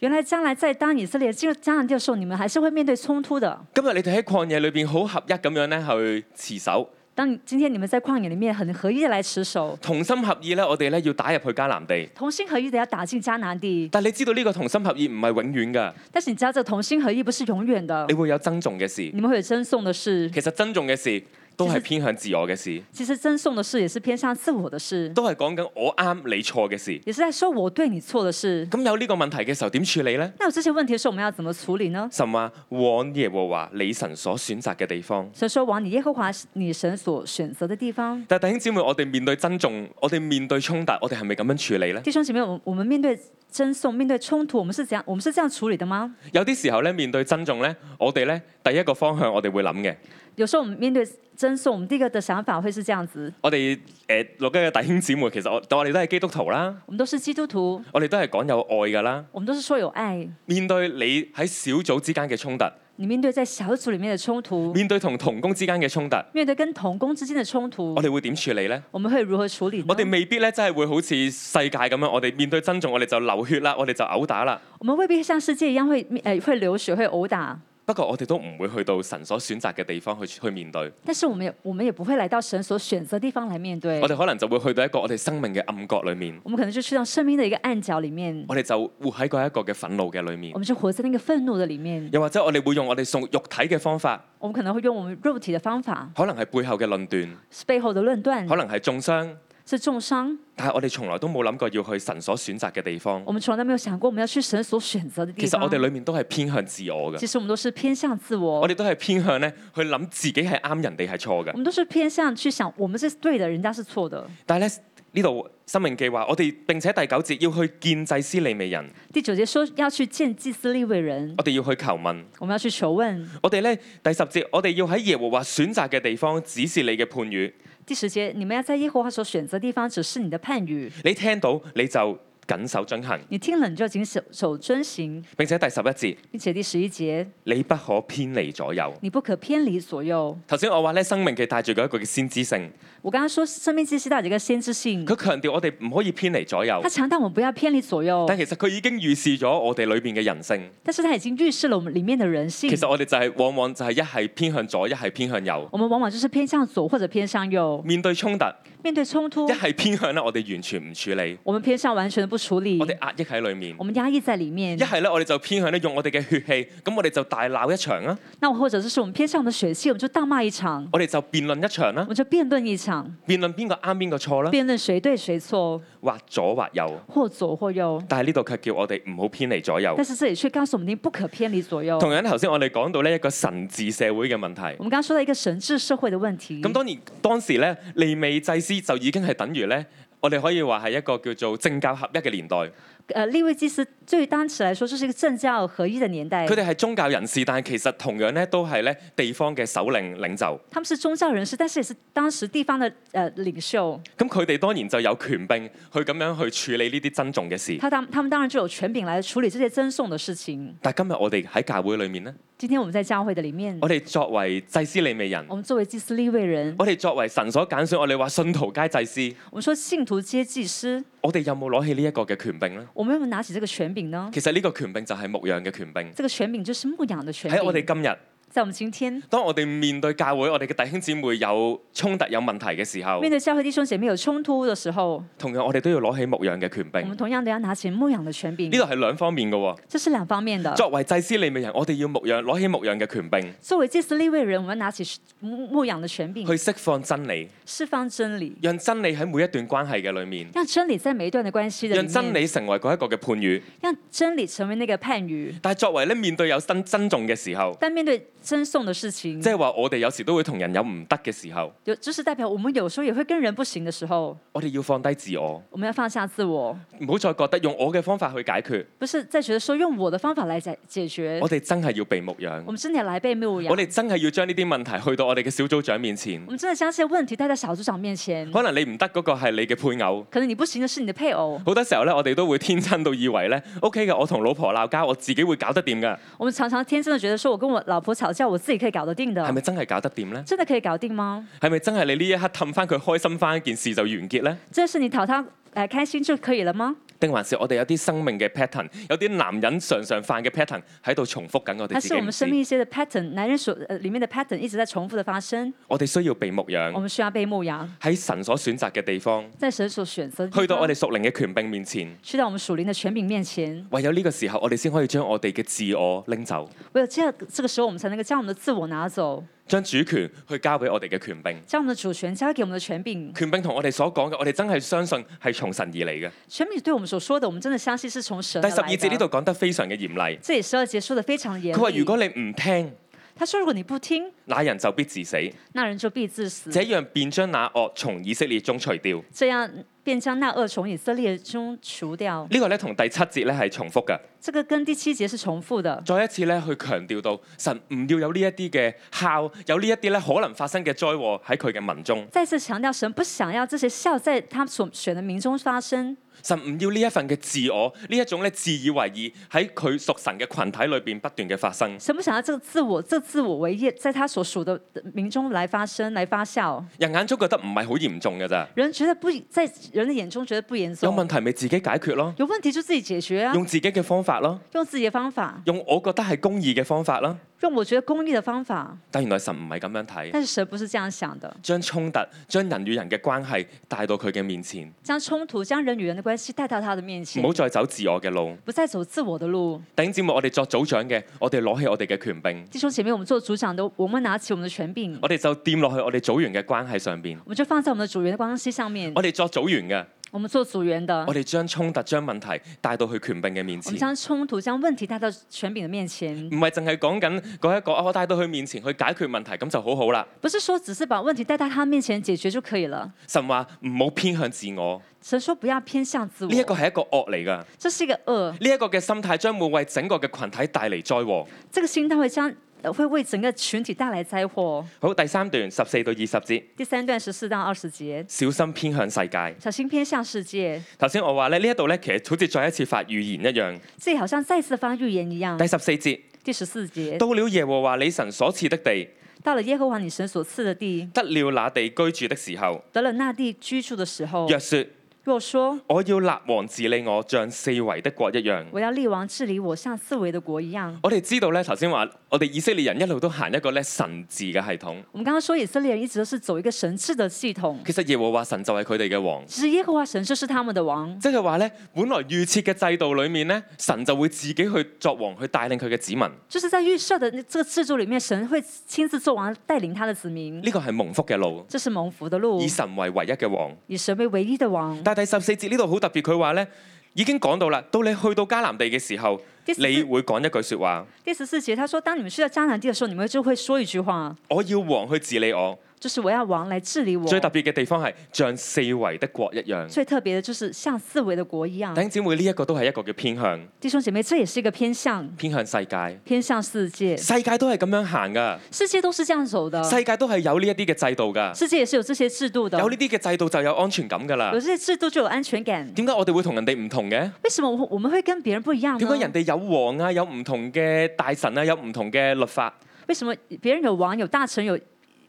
Speaker 3: 原來將來在當以色列進入迦南地的時候，你們還是會面對衝突的。
Speaker 2: 今日你哋喺曠野裏邊好合一咁樣咧去持守，
Speaker 3: 當你今天你們在旷野裡面很合一的來持守，
Speaker 2: 同心合意咧，我哋咧要打入去迦南地。
Speaker 3: 同心合意的要打進迦南地。
Speaker 2: 但你知道呢個同心合意唔係永遠㗎，
Speaker 3: 但是你
Speaker 2: 哎
Speaker 3: 知道，這同心合意不是永遠的
Speaker 2: 你，會有爭訟嘅事。
Speaker 3: 你們會有爭訟的事
Speaker 2: 其。實爭訟嘅事都係偏向自我嘅事，
Speaker 3: 其实争讼的事也是偏向自我的事，
Speaker 2: 都係講緊我啱你錯嘅事。
Speaker 3: 也是在说我对你错的事。
Speaker 2: 咁有呢個問題嘅時候點處理呢？
Speaker 3: 那有这些问题的时候，我们要怎么处理呢？
Speaker 2: 神話往耶和華你神所選擇嘅地方。
Speaker 3: 神说：“往你耶和华你神所选择的地方。
Speaker 2: 但弟兄姊妹，我哋面對爭訟，我哋面對衝突，我哋係咪咁樣處理呢”？
Speaker 3: 弟兄姐妹，我们我们面对争讼、面对冲突，我们是怎样？我们是这样处理的吗？
Speaker 2: 有啲時候咧，面對爭訟咧，我哋咧第一個方向我哋會諗嘅，
Speaker 3: 有时候我们面对争讼，我们第一个的想法会是这样子：
Speaker 2: 我哋誒落街嘅弟兄姊妹，其實我我哋都係基督徒啦，
Speaker 3: 我们都是基督徒，
Speaker 2: 我哋都係講有愛噶啦。
Speaker 3: 我们都是说有爱。
Speaker 2: 面對你喺小組之間嘅衝突，
Speaker 3: 你面对在小组里面的冲突，
Speaker 2: 面對同同工之間嘅衝突，
Speaker 3: 面对跟同工之间的冲突
Speaker 2: 我，哋會點處理呢？
Speaker 3: 我们会如何处理呢？
Speaker 2: 我哋未必咧真係會好似世界咁樣，我哋面對爭訟，我哋就流血啦，我哋就殴打啦。
Speaker 3: 我们未必像世界一样会呃会流血、会殴打，
Speaker 2: 不過我哋都唔會去到神所選擇嘅地方去去面對，
Speaker 3: 但是我们也我们也不会来到神所选择的地方来面对
Speaker 2: 我。哋可能就會去到一個我哋生命嘅暗角裏面，
Speaker 3: 我们可能就去到生命的一个暗角里面，
Speaker 2: 我哋就活喺嗰一個嘅憤怒嘅裏面
Speaker 3: 我。们就活在那个愤怒的里面。
Speaker 2: 又或者我哋會用我哋送肉體嘅方法，
Speaker 3: 我们可能会用我们肉体的方法，
Speaker 2: 可能係背後嘅論斷，
Speaker 3: 是背后的论断
Speaker 2: 可，能係中傷，
Speaker 3: 是重伤。
Speaker 2: 但係我哋從來都冇諗過要去神所選擇嘅地方
Speaker 3: 我。們從來都沒有想過我們要去神所選擇的地
Speaker 2: 其實
Speaker 3: 方。
Speaker 2: 我哋裏面都係偏向自我嘅
Speaker 3: 其，實我們都是偏向自我，
Speaker 2: 我哋都係偏向咧去諗自己係啱，人哋係錯
Speaker 3: 我
Speaker 2: 嘅。
Speaker 3: 們都是偏向去想我們是對的，人家是錯的。
Speaker 2: 但係咧呢度生命記話，我哋並且第九節要去見祭司利未人，
Speaker 3: 第九節說要去见祭司立位人，
Speaker 2: 我哋要去求問。
Speaker 3: 我們要去求問。
Speaker 2: 我哋咧第十節，我哋要喺耶和華選擇嘅地方指示你嘅判語。
Speaker 3: 第十節，你們要在耶和華所選擇的地方，只是你的判語。
Speaker 2: 你聽到你就緊守遵行。
Speaker 3: 你聽了你就謹守守遵行，
Speaker 2: 並且第十一節，
Speaker 3: 並且第十一節，
Speaker 2: 你不可偏離左右。
Speaker 3: 你不可偏離左右。
Speaker 2: 頭先我話咧，生命佢帶住嗰一個嘅先知性，
Speaker 3: 我剛剛說生命知識到底一個先知性，
Speaker 2: 佢強調我哋唔可以偏離左右
Speaker 3: 他，強調我們不要偏離左右，
Speaker 2: 但其實佢已經預示咗我哋裏邊嘅人性。
Speaker 3: 但是他已經預示了我們裡面的人性
Speaker 2: 其。實我哋就係、往往就係一係偏向左，一係偏向右。
Speaker 3: 我們往往就是偏向左或者偏向右，
Speaker 2: 面對衝突，
Speaker 3: 面對衝突
Speaker 2: 一，係偏向咧，我哋完全唔處理，
Speaker 3: 我們偏向完全的不處理
Speaker 2: 我，哋壓抑喺裏面
Speaker 3: 嗯我；們壓抑在裡面
Speaker 2: 一。係咧，我哋就偏向咧用我哋嘅血氣，咁我哋就大鬧一場啊，
Speaker 3: 那或者就是我們偏向我們的血氣，我們就大罵一場，
Speaker 2: 我哋就辯論一場啦
Speaker 3: 我，們就辯論一場，
Speaker 2: 辯論邊個啱邊個錯啦，
Speaker 3: 辯論誰對誰錯，
Speaker 2: 或左或右。
Speaker 3: 或左或右。
Speaker 2: 但係呢度卻叫我哋唔好偏離左右
Speaker 3: 但。是這裡卻告訴我們，你不可偏離左右。
Speaker 2: 同樣頭先我哋講到呢一個神治社會嘅問題
Speaker 3: 我。們剛剛說到一個神治社會的問題，
Speaker 2: 咁當然當時咧，利未祭司就已經係等於咧，我哋可以話係一個叫做政教合一嘅年代。佢
Speaker 3: 呃，立位祭司對於當時來說，這是一個政教合一的年代。
Speaker 2: 哋係宗教人士，但係其實同樣咧都係咧地方嘅首領領袖。
Speaker 3: 他們是宗教人士，但是也是當時地方的呃領袖。
Speaker 2: 咁佢哋當然就有權柄去咁樣去處理呢啲爭訟嘅事。
Speaker 3: 他當他們當然就有權柄來處理這些爭訟的事情。
Speaker 2: 但係今日我哋喺教會裏面咧，
Speaker 3: 今天我們在教會的裡面，
Speaker 2: 我哋作為祭司利未人，
Speaker 3: 我們作為祭司立位人，
Speaker 2: 我哋作為神所揀選，我哋話信徒皆祭司，
Speaker 3: 我們說信徒皆祭司，
Speaker 2: 我哋有冇攞起呢一個嘅權柄呢？
Speaker 3: 我們有沒有拿起這個權柄呢？
Speaker 2: 其實呢個權柄就係牧養嘅權柄。
Speaker 3: 這個權柄就是牧養的權
Speaker 2: 喺我哋
Speaker 3: 柄。
Speaker 2: 今日，
Speaker 3: 在我們今天
Speaker 2: 當我哋面對教會，我哋嘅弟兄姊妹有衝突、有問題嘅時候
Speaker 3: 面，對教會弟兄姐妹有衝突的時候，
Speaker 2: 同樣我哋都要攞起牧羊嘅權
Speaker 3: 我
Speaker 2: 柄。
Speaker 3: 們
Speaker 2: 呢
Speaker 3: 同樣的要拿起牧養的權柄
Speaker 2: 度。係兩方面嘅喎。
Speaker 3: 這是兩方面的。
Speaker 2: 作為祭司利未人，我哋要牧羊，攞起牧羊嘅權柄
Speaker 3: 作為祭司立位人，我們要拿起牧牧養的權柄
Speaker 2: 去，釋放真理，
Speaker 3: 釋放真理，
Speaker 2: 讓真理喺每一段關係嘅裏面，
Speaker 3: 讓真理在每一段的關係的
Speaker 2: 讓
Speaker 3: 裡
Speaker 2: 真
Speaker 3: 面，
Speaker 2: 理成為嗰一個嘅判語。
Speaker 3: 讓真理成為那個判語。
Speaker 2: 但係作為咧面對有爭爭訟嘅時候，
Speaker 3: 但面對爭訟的事情
Speaker 2: 即，係話我哋有時都會同人有唔得嘅時候，
Speaker 3: 有就是代表我們有時候也會跟人不行的時候，
Speaker 2: 我哋要放低自我，
Speaker 3: 我們要放下自我，
Speaker 2: 唔好再覺得用我嘅方法去解決。
Speaker 3: 不是再覺得說用我的方法來解解決
Speaker 2: 我。哋真係要被牧羊
Speaker 3: 嗯我，們真的來被牧養，
Speaker 2: 我哋真係要將呢啲問題去到我哋嘅小組長面前
Speaker 3: 我。們真的將這些問題帶在小組長面前。
Speaker 2: 可能你唔得嗰個係你嘅配偶。
Speaker 3: 可能你不行的是你的配偶，
Speaker 2: 好多時候咧，我哋都會天真到以為咧，OK 嘅，我同老婆鬧交，我自己會搞得掂㗎。
Speaker 3: 我們常常天真的覺得說，我跟我老婆吵架，我自己可以搞得定的
Speaker 2: 係，咪真係搞得掂呢？
Speaker 3: 真的可以搞定嗎？
Speaker 2: 係咪真係你呢一刻氹翻佢開心翻件事就完結呢？
Speaker 3: 这是你討他呃開心就可以了嗎？
Speaker 2: 定還是我哋有啲生命嘅 pattern，有啲男人常常犯嘅 pattern 喺度重複緊我哋
Speaker 3: 還
Speaker 2: 自
Speaker 3: 是
Speaker 2: 己
Speaker 3: 我
Speaker 2: 唔
Speaker 3: 們生
Speaker 2: 知？
Speaker 3: 命一些的 pattern，男人所呃里面的 pattern 一直在重複的發生，
Speaker 2: 我哋需要被牧
Speaker 3: 我
Speaker 2: 養
Speaker 3: 們需要被牧養，
Speaker 2: 喺神所選擇嘅地方，
Speaker 3: 在神所選擇的地方
Speaker 2: 去到我哋屬靈嘅權柄面前。
Speaker 3: 去到我們屬靈的權柄面前，
Speaker 2: 唯有呢個時候，我哋先可以將我哋嘅自我拎走。
Speaker 3: 唯有這這個時候，我們才能夠將我們的自我拿走。
Speaker 2: 將主權去交俾我哋嘅權柄。
Speaker 3: 将我们的主权交给我们的权柄。
Speaker 2: 權柄同我哋所講嘅，我哋真係相信係從神而嚟嘅。
Speaker 3: 权柄对我们所说的，我们真的相信是从神
Speaker 2: 第
Speaker 3: 而来
Speaker 2: 十
Speaker 3: 的。
Speaker 2: 二節呢度講得非常嘅嚴厲，
Speaker 3: 这里十二节说的非常严
Speaker 2: 佢話：如
Speaker 3: 厉。
Speaker 2: 果你唔聽，
Speaker 3: 他说：“如果你不听，
Speaker 2: 那人就必致死。
Speaker 3: 那人就必致死。
Speaker 2: 這樣便將那惡從以色列中除掉。呢、
Speaker 3: 这样便将那恶从以色列中除掉。
Speaker 2: 個咧同第七節咧係重複嘅。”
Speaker 3: 这个跟第七节是重复的。
Speaker 2: 再一次咧去強調到神唔要有呢一啲嘅酵，有呢一啲咧可能發生嘅災禍喺佢嘅民中。
Speaker 3: 再次强调，神不想要这些笑在他所选的民中发生。
Speaker 2: 神唔要呢一份嘅自我，呢一種咧自以為義喺佢屬神嘅群體裏邊不斷嘅發生。
Speaker 3: 神不想要这个自我，这自我为业，在他所属的民中来发生、来发酵。
Speaker 2: 人眼中覺得唔係好嚴重嘅咋，
Speaker 3: 人觉得不在人的眼中觉得不严
Speaker 2: 有
Speaker 3: 重，
Speaker 2: 問題咪自己解決咯，
Speaker 3: 有问题就自己解决啊，
Speaker 2: 用自己嘅方法咯，
Speaker 3: 用自己的方法，
Speaker 2: 用我覺得係公義嘅方法啦。
Speaker 3: 用我觉得公益的方法。
Speaker 2: 但原來神唔係咁樣睇，
Speaker 3: 但是神不是这样想的，
Speaker 2: 將衝突、將人與人嘅關係帶到佢嘅面前，
Speaker 3: 将冲突、将人与人的关系带到他的面前
Speaker 2: 唔好，再走自我嘅路。
Speaker 3: 不再走自我的路。
Speaker 2: 弟兄姊妹，我哋作組長嘅，我哋攞起我哋嘅權柄，
Speaker 3: 弟兄姐妹，我们做组长的，我们拿起我们的权柄，
Speaker 2: 我哋就掂落去我哋組員嘅關係上邊。
Speaker 3: 我们就放在我们的组员的关系上面。
Speaker 2: 我哋作組員嘅，
Speaker 3: 我们做组员的
Speaker 2: 我，哋將衝突、將問題帶到去權柄嘅面
Speaker 3: 我
Speaker 2: 前
Speaker 3: 们，将冲突、将问题带到权柄的面前，
Speaker 2: 唔係淨係講緊嗰一個啊我帶到佢面前去解決問題咁就好好啦。
Speaker 3: 不是说只是把問題帶到他面前解決就可以了。
Speaker 2: 神話唔好偏向自我，
Speaker 3: 神說不要偏向自我，
Speaker 2: 呢一個係一個惡嚟㗎。
Speaker 3: 这是一個惡，
Speaker 2: 呢一個嘅心態將會為整個嘅群體帶嚟災禍。
Speaker 3: 這個心態會將呃会為整個群體帶來災禍。
Speaker 2: 好，第三段十四到二十節，
Speaker 3: 第三段十四到二十節，
Speaker 2: 小心偏向世界。
Speaker 3: 小心偏向世界，
Speaker 2: 頭先我話咧，呢一度咧其實好似再一次發預言一樣。
Speaker 3: 这里好像再次發預言一
Speaker 2: 第
Speaker 3: 樣。
Speaker 2: 十四節，
Speaker 3: 第十四節，
Speaker 2: 到了耶和華你神所賜的地，
Speaker 3: 到了耶和華你神所賜的地，
Speaker 2: 得了那地居住的時候，
Speaker 3: 得了那地居住的時候，
Speaker 2: 若說
Speaker 3: 若說
Speaker 2: 我要立王治理我，像四圍的國一樣。
Speaker 3: 我要立王治理我，像四圍的國一樣。
Speaker 2: 我哋知道咧，頭先話我哋以色列人一路都行一個咧神治嘅系統。
Speaker 3: 我們剛剛說以色列人一直都是走一個神治的系統，
Speaker 2: 其實耶和華神就係佢哋嘅王，
Speaker 3: 其實耶和華神就是他們的王。
Speaker 2: 即係話咧，本來預設嘅制度裡面咧，神就會自己去作王，去帶領佢嘅子民。呢
Speaker 3: 就是在预设的那这个制度里面，神会亲自做完，带领他的子民。
Speaker 2: 個係蒙福嘅路，
Speaker 3: 这是蒙福的路
Speaker 2: 以，神為唯一嘅王。
Speaker 3: 以神为唯一的王。
Speaker 2: 但係第十四節呢度好特別，佢話咧已經講到啦，到你去到迦南地嘅時候，
Speaker 3: 第十四
Speaker 2: 你會講一句説話：
Speaker 3: 第十四节他说，当你们去到迦南地的时候，你们就会说一句话，
Speaker 2: 我要王去治理我。
Speaker 3: 就是我要王来治理我。
Speaker 2: 最特別嘅地方係像四圍的國一樣。
Speaker 3: 最特別的就是像四维的国一样
Speaker 2: 弟。兄姊妹，呢一個都係一個嘅偏向，
Speaker 3: 弟兄姐妹，这也是一个偏向，
Speaker 2: 偏向世界。
Speaker 3: 偏向世界，
Speaker 2: 世界都係咁樣行噶，
Speaker 3: 世界都是这样走的，
Speaker 2: 世界都係有呢一啲嘅制度噶，
Speaker 3: 世界也是有这些制度的，
Speaker 2: 有呢
Speaker 3: 有
Speaker 2: 啲嘅制度就有安全感噶啦。
Speaker 3: 这些制度就有安全感。
Speaker 2: 點解我哋會同人哋唔同嘅？
Speaker 3: 为什么我我们会跟别人不一样
Speaker 2: 點解人
Speaker 3: 呢？
Speaker 2: 哋有王啊，有唔同嘅大臣啊，有唔同嘅律法？
Speaker 3: 为什么别人有王、有大臣、有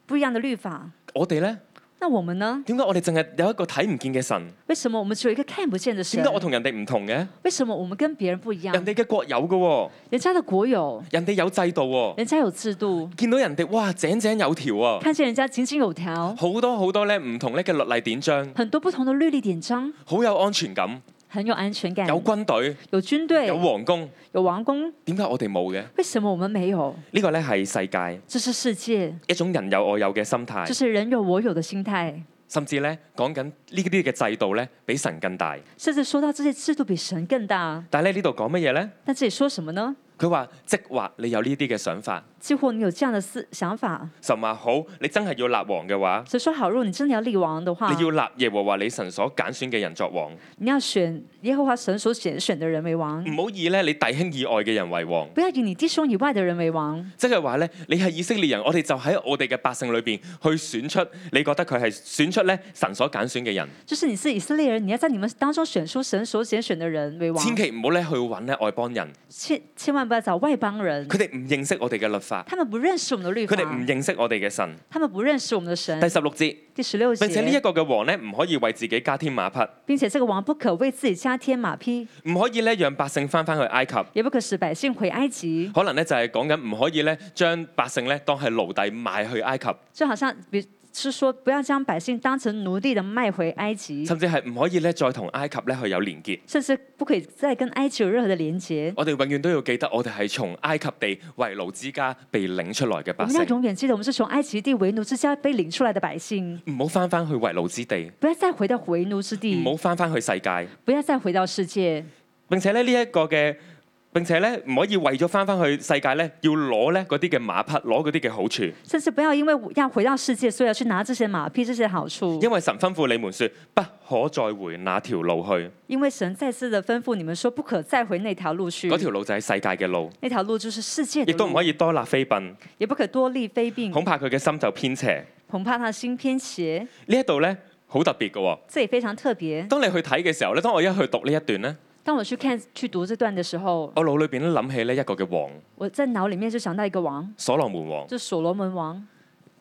Speaker 3: 不一样的律法？
Speaker 2: 我哋呢？
Speaker 3: 那我们呢？
Speaker 2: 點解我哋淨係有一個睇唔見嘅神？
Speaker 3: 为什么我们只有一个看不见的神
Speaker 2: 點解？我同人哋唔同嘅？
Speaker 3: 为什么我们跟别人不一样
Speaker 2: 人？哋嘅國有嘅喎，
Speaker 3: 人家的国有，
Speaker 2: 人哋有制度喎，
Speaker 3: 人家有制度，
Speaker 2: 見到人哋哇井井有條啊，
Speaker 3: 看见人家井井有条，
Speaker 2: 好多好多咧唔同咧嘅律例典章，
Speaker 3: 很多不同的律例典章，
Speaker 2: 好有安全感，
Speaker 3: 很有安全感。
Speaker 2: 有軍隊，
Speaker 3: 有军队，
Speaker 2: 有皇宮，
Speaker 3: 有王宫，
Speaker 2: 點解我哋冇嘅？
Speaker 3: 为什么我们没有？
Speaker 2: 呢個咧係世界
Speaker 3: 这是世界，
Speaker 2: 一種人有我有嘅心態
Speaker 3: 这。是人有我有的心态。
Speaker 2: 甚至咧講緊呢啲嘅制度咧，比神更大。
Speaker 3: 甚至说到这些制度比神更大，
Speaker 2: 但係咧呢度講乜嘢咧？
Speaker 3: 但这里说什么呢？
Speaker 2: 佢話即或你有呢啲嘅想法，
Speaker 3: 既或你有这样的思想法，
Speaker 2: 神話好，你真係要立王嘅話，
Speaker 3: 所以说好，如果你真的要立王的话，
Speaker 2: 你要立耶和華你神所揀選嘅人作王，唔
Speaker 3: 你要选耶和华神所选选的人为王，
Speaker 2: 好以咧你弟兄以外嘅人為王。
Speaker 3: 不要以你弟兄以外的人为王。
Speaker 2: 即係話咧，你係以色列人，我哋就喺我哋嘅百姓裏邊去選出，你覺得佢係選出咧神所揀選嘅人，
Speaker 3: 就是你是以色列人，你要在你们当中选出神所拣选的人为王，
Speaker 2: 千祈唔好咧去揾咧外邦人，
Speaker 3: 千千万不要找外邦人，
Speaker 2: 佢哋唔認識我哋嘅律法，
Speaker 3: 他们不认识我们的律
Speaker 2: 佢
Speaker 3: 法，
Speaker 2: 哋唔認識我哋嘅神。
Speaker 3: 他们不认识我们的神
Speaker 2: 第。十六節，
Speaker 3: 第十六节，
Speaker 2: 並且呢一個嘅王咧唔可以為自己加添馬匹。
Speaker 3: 并且这个王不可为自己加添马匹，
Speaker 2: 唔可以咧讓百姓翻返去埃及，
Speaker 3: 也不可使百姓回埃及。
Speaker 2: 可能咧就係講緊唔可以咧將百姓咧當係奴隸賣去埃及，
Speaker 3: 就好像比是说不要将百姓当成奴隶的卖回埃及，
Speaker 2: 甚至係唔可以咧再同埃及咧去有連結。
Speaker 3: 甚至不可以再跟埃及有任何的连结。
Speaker 2: 我哋永遠都要記得，我哋係從埃及地為奴之家被領出來嘅
Speaker 3: 我
Speaker 2: 百
Speaker 3: 们要
Speaker 2: 姓，
Speaker 3: 永远记得，我们是从埃及地为奴之家被领出来的百姓，
Speaker 2: 唔好翻翻去為奴之地，
Speaker 3: 不要再回到为奴之地
Speaker 2: 唔，好翻翻去世界。
Speaker 3: 不要再回到世界，
Speaker 2: 並且咧呢一個嘅。並且咧唔可以為咗翻翻去世界咧，要攞咧嗰啲嘅馬匹，攞嗰啲嘅好處，
Speaker 3: 甚至不要因为要回到世界，所以要去拿这些马屁、这些好处。
Speaker 2: 因為神吩咐你們說，不可再回那條路去，
Speaker 3: 因为神再次的吩咐你们说，不可再回那条路去
Speaker 2: 嗰。條路就係世界嘅路，
Speaker 3: 那条路就是世界
Speaker 2: 亦
Speaker 3: 的
Speaker 2: 都唔
Speaker 3: 路
Speaker 2: 可，以多立妃嫔，
Speaker 3: 也不可多立非病，
Speaker 2: 恐怕佢嘅心就偏斜。
Speaker 3: 恐怕他的心偏斜。
Speaker 2: 呢一度咧好特別嘅喎，
Speaker 3: 这也非常特别。
Speaker 2: 當你去睇嘅時候咧，當我一去讀呢一段咧，
Speaker 3: 当我去看去读这段的时候，
Speaker 2: 我腦裏邊咧諗起呢一個嘅王
Speaker 3: 我在脑里面就想到一个王，
Speaker 2: 所羅門王，
Speaker 3: 就是所罗门王。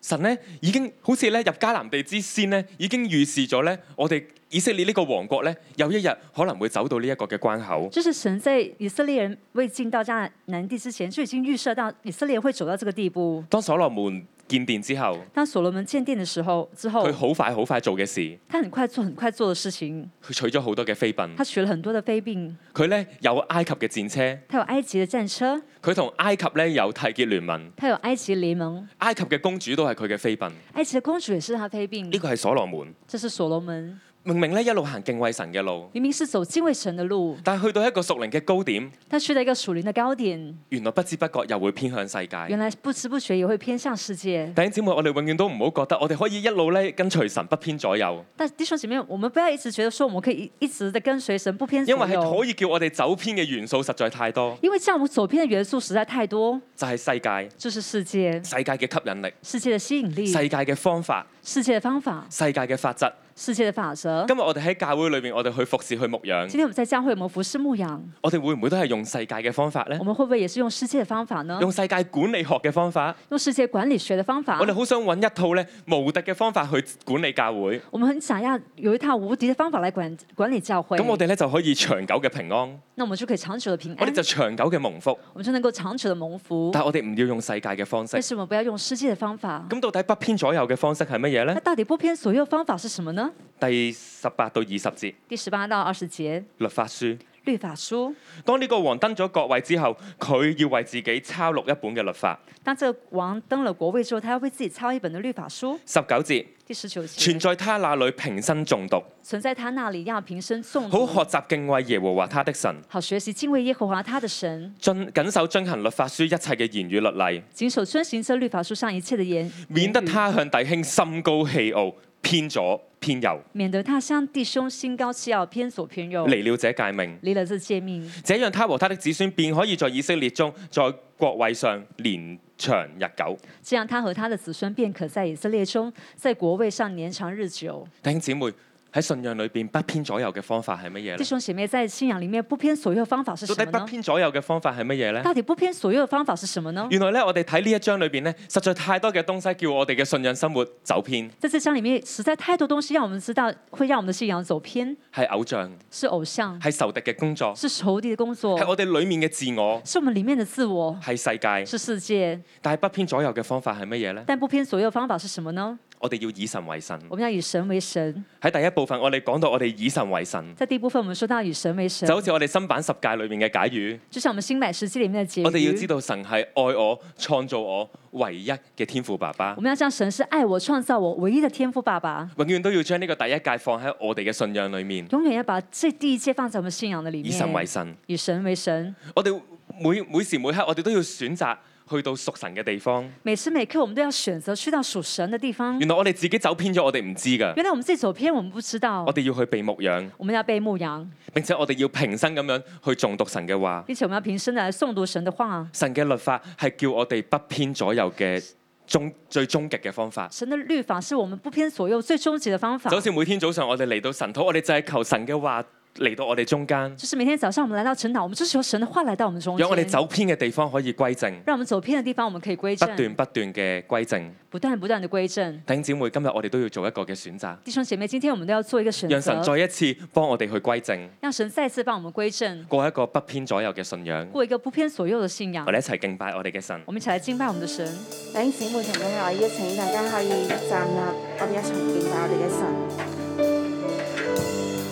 Speaker 2: 神咧已經好似咧入迦南地之先咧，已經預示咗咧我哋以色列呢個王國咧有一日可能會走到呢一個嘅關口。
Speaker 3: 就是神在以色列人未进到迦南地之前，就已经预设到以色列会走到这个地步。
Speaker 2: 當所羅門建殿之後，
Speaker 3: 当所罗门建殿的时候，之后
Speaker 2: 佢好快好快做嘅事，
Speaker 3: 他很快做很快做的事情，
Speaker 2: 佢娶咗好多嘅妃嫔
Speaker 3: 他，娶了很多的妃嫔，
Speaker 2: 佢咧有埃及嘅戰車，
Speaker 3: 他有埃及的战车，
Speaker 2: 佢同埃及咧有缔結聯盟，
Speaker 3: 他有埃及联盟，
Speaker 2: 埃及嘅公主都係佢嘅妃嫔，呢
Speaker 3: 埃及的公主也是他妃嫔。
Speaker 2: 個係所羅門。
Speaker 3: 这是所罗门，
Speaker 2: 明明咧一路行敬畏神嘅路，
Speaker 3: 明明是走敬畏神的路，
Speaker 2: 但係去到一個屬靈嘅高點，
Speaker 3: 他去了一个属灵的高点，
Speaker 2: 原來不知不覺又會偏向世界
Speaker 3: 原。来不知不觉也会偏向世界。
Speaker 2: 弟兄姊妹，我哋永遠都唔好覺得我哋可以一路咧跟隨神不偏左右，
Speaker 3: 但弟兄姐妹，我们不要一直觉得说我们可以一一直的跟随神不偏
Speaker 2: 因
Speaker 3: 左
Speaker 2: 為係
Speaker 3: 右，
Speaker 2: 可以叫我哋走偏嘅元素實在太多，
Speaker 3: 因为这样我们走偏的元素实在太多，
Speaker 2: 就係、世界、
Speaker 3: 这是世界、
Speaker 2: 世界嘅吸引力、
Speaker 3: 世界的吸引力、
Speaker 2: 世界嘅方法、
Speaker 3: 世界的方法、
Speaker 2: 世界嘅法則。
Speaker 3: 世界的法则。
Speaker 2: 今日我哋喺教會裏面，我哋去服侍、去牧養，
Speaker 3: 今天我们在教会，我们服侍牧养，
Speaker 2: 我哋會唔會都係用世界嘅方法呢
Speaker 3: 我？们会不会也是用世界的方法呢？
Speaker 2: 用世界管理學嘅方法，
Speaker 3: 用世界管理学的方法
Speaker 2: 我，哋好想揾一套咧無敵嘅方法去管理教會，
Speaker 3: 我们很想要有一套无敌的方法来管管理教会。
Speaker 2: 咁我哋咧就可以長久嘅平安，
Speaker 3: 那我们就可以长久的平
Speaker 2: 我
Speaker 3: 安
Speaker 2: 哋，就長久嘅蒙福。
Speaker 3: 我们就能够长久的蒙福。
Speaker 2: 但係我哋唔要用世界嘅方式
Speaker 3: 但。是我们不要用世界的方法。
Speaker 2: 咁到底不偏左右嘅方式係乜嘢呢
Speaker 3: 那？到底不偏左右方法是什么呢？
Speaker 2: 第十八到二十節
Speaker 3: 第十八到二十节，
Speaker 2: 律法書。
Speaker 3: 律法书。
Speaker 2: 當呢個王登咗國位之後，佢要為自己抄錄一本嘅律法。
Speaker 3: 当这个王登了国位之后，他要为自己抄一本的律法书。
Speaker 2: 十九節
Speaker 3: 第十九节
Speaker 2: 存，在他那裏平生中毒，
Speaker 3: 存在他那里要平生诵
Speaker 2: 好
Speaker 3: 读，
Speaker 2: 學習敬畏耶和華他的神，
Speaker 3: 好学习敬畏耶和华他的神，
Speaker 2: 遵谨守遵行律法書一切嘅言語律例，
Speaker 3: 谨守遵行这律法书上一切的言，
Speaker 2: 免得
Speaker 3: 言语
Speaker 2: 他向弟兄心高氣傲，偏左偏右，
Speaker 3: 免得他向弟兄心高气傲，偏左偏右，
Speaker 2: 離了這戒命。
Speaker 3: 离了这诫命，
Speaker 2: 這樣他和他的子孫便可以在以色列中，在國位上連長日久。
Speaker 3: 这样他和他的子孙便可在以色列中，在国位上年长日久。
Speaker 2: 弟兄姊妹喺信仰裏邊不偏左右嘅方法係乜嘢
Speaker 3: 弟
Speaker 2: 呢？
Speaker 3: 兄姐妹，在信仰里面不偏左右的方法是
Speaker 2: 到
Speaker 3: 什
Speaker 2: 底
Speaker 3: 么
Speaker 2: 不
Speaker 3: 呢？
Speaker 2: 偏左右嘅方法係乜嘢呢？
Speaker 3: 到底不偏左右的方法是什么呢？
Speaker 2: 原來咧，我哋睇呢一章裏邊咧，實在太多嘅東西叫我哋嘅信仰生活走偏，
Speaker 3: 在这章里面，实在太多东西让我们知道，会让我们的信仰走偏，
Speaker 2: 係偶像，
Speaker 3: 是偶像。
Speaker 2: 係仇敵嘅工作，
Speaker 3: 是仇敌的工作，
Speaker 2: 係我哋裡面嘅自我，
Speaker 3: 是我们里面的自我，
Speaker 2: 係世界。
Speaker 3: 是世界。
Speaker 2: 但係不偏左右嘅方法係乜嘢呢？
Speaker 3: 但不偏左右方法是什么呢？
Speaker 2: 我哋要以神為神。
Speaker 3: 我们要以神为神。
Speaker 2: 喺第一部分，我哋講到我哋以神為神，
Speaker 3: 在第一部分，我们说到以神为神
Speaker 2: 就，好似我哋新版十戒裏面嘅解語，
Speaker 3: 就像我们新百十记里面的结
Speaker 2: 我哋要知
Speaker 3: 语。
Speaker 2: 道神係愛我、創造我唯一嘅天父爸爸
Speaker 3: 我。们要像神是爱我、创造我唯一的天赋爸爸，
Speaker 2: 永遠都要將呢個第一戒放喺我哋嘅信仰裏面，
Speaker 3: 永远要把这第一切放在我们信仰的里
Speaker 2: 以
Speaker 3: 面。
Speaker 2: 神為神。
Speaker 3: 以神为神，
Speaker 2: 我哋每每時每刻，我哋都要選擇去到屬神嘅地方。
Speaker 3: 每时每刻我们都要选择去到属神的地方。
Speaker 2: 原來我哋自己走偏咗，我哋唔知㗎。
Speaker 3: 原来我们自己走偏，我们不知道
Speaker 2: 我。哋要去被牧養，
Speaker 3: 我们要被牧羊，
Speaker 2: 並且我哋要平生咁樣去重讀神嘅話。
Speaker 3: 并且我们要平生的来诵读神的话。
Speaker 2: 神嘅律法係叫我哋不偏左右嘅終最終極嘅方法。
Speaker 3: 神的律法是我们不偏左右最终极的方法
Speaker 2: 就。好似每天早上我哋嚟到神土，我哋就係求神嘅話嚟到我哋中間，
Speaker 3: 就是每天早上我们来到晨祷，我们就是由神的话来到我们中间，
Speaker 2: 讓我哋走偏嘅地方可以歸正，
Speaker 3: 让我们走偏的地方我们可以归
Speaker 2: 不
Speaker 3: 正，
Speaker 2: 斷不斷嘅歸正。
Speaker 3: 不断不断的归正。
Speaker 2: 弟兄姊妹，今日我哋都要做一個嘅選擇，
Speaker 3: 弟兄姐妹，今天我们都要做一个选
Speaker 2: 讓神
Speaker 3: 择，
Speaker 2: 再一次幫我哋去歸正，
Speaker 3: 让神再次帮我们归正，
Speaker 2: 過一個不偏左右嘅信仰。
Speaker 3: 过一个不偏左右的信仰
Speaker 2: 我。哋一齊敬拜我哋嘅神。
Speaker 3: 我们一起来敬拜我们的神。
Speaker 4: 弟兄姊妹同你我邀請大家可以站立，我哋一齊敬拜我哋嘅神。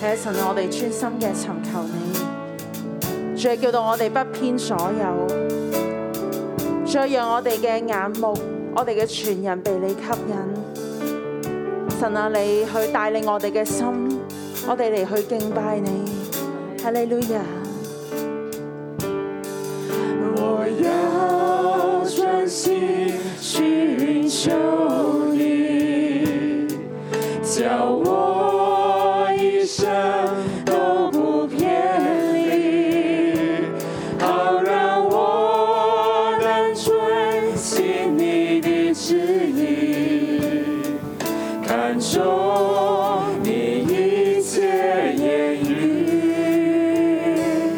Speaker 4: 係啊，神啊，我哋專心嘅尋求你，主啊，叫到我哋不偏左右，主啊，讓我哋嘅眼目，我哋嘅全人被你吸引。神啊，你去帶領我哋嘅心，我哋嚟去敬拜你。哈利路亞。我要专心寻求你，叫我一生都不偏离，好让我能遵行你的旨意，看重你一切言语。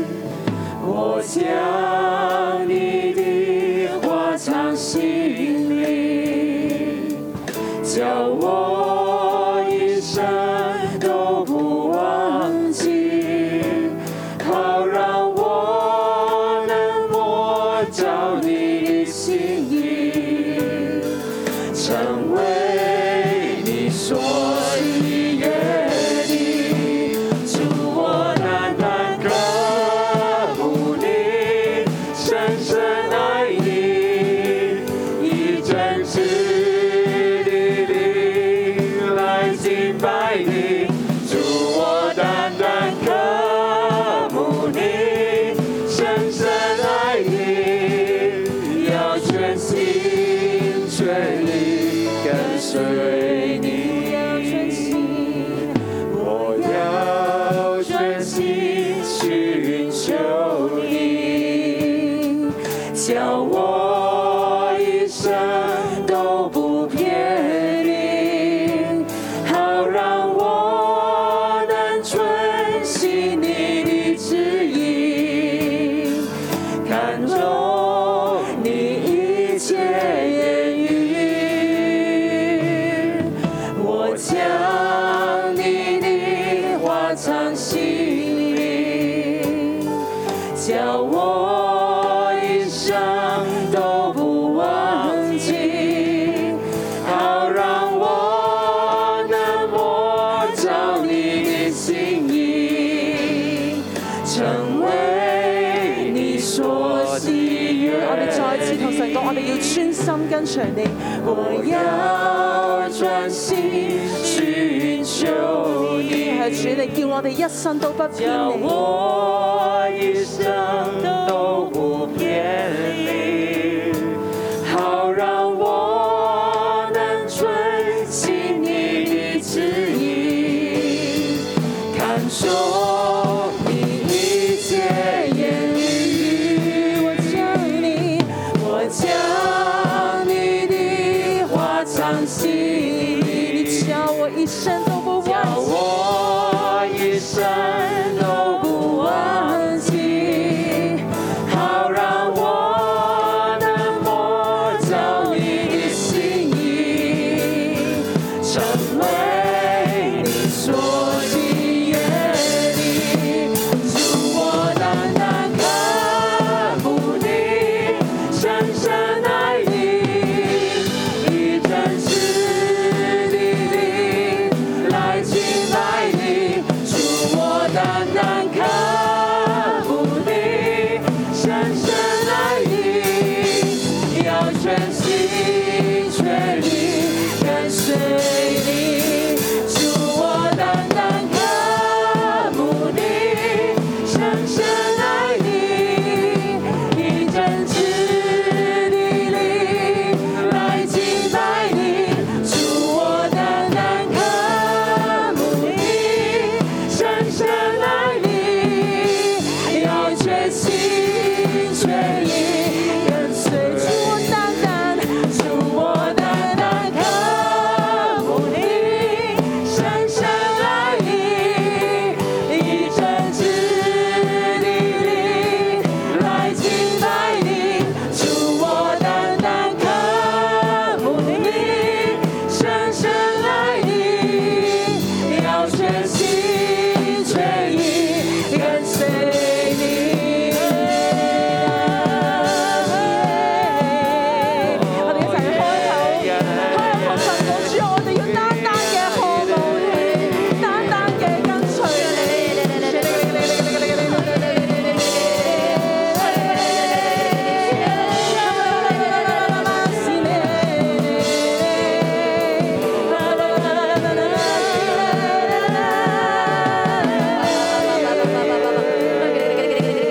Speaker 4: 我将你的话藏心里，叫我一生都不忘记，好让我能摸着你的心意，成为你所喜悦的。祝我单单渴慕你，深深爱你，以真挚的灵来敬拜你。祝我单单渴慕你，深深爱你，要全心全意跟随你。我要专心寻求你，叫我一生都不偏离，好让我能遵行你的旨意，看重你一切言语。我将你的话藏心里，叫我一生都不忘记，好让我能摸着你的心意，成为你所喜悦。我哋再次同神讲，我哋要专心跟随你。我要专心寻求你。系主，你叫我哋一生都不偏离。我一生都不偏离，好让我能遵行你的旨意。看守你一切言语，我将你，我将你的话藏心里，你叫我一生都不忘记，我一生都不忘记，好让我能摸着你的心意。成为你所喜悦的，祝我单单看不你，深深爱你，以真挚的灵来敬拜你，祝我单单看不你，深深爱你，要全心全意跟随你，祝我单单看慕你，深深爱你，以真挚的灵来敬拜你，祝我单单看慕你，深深爱你，要全心全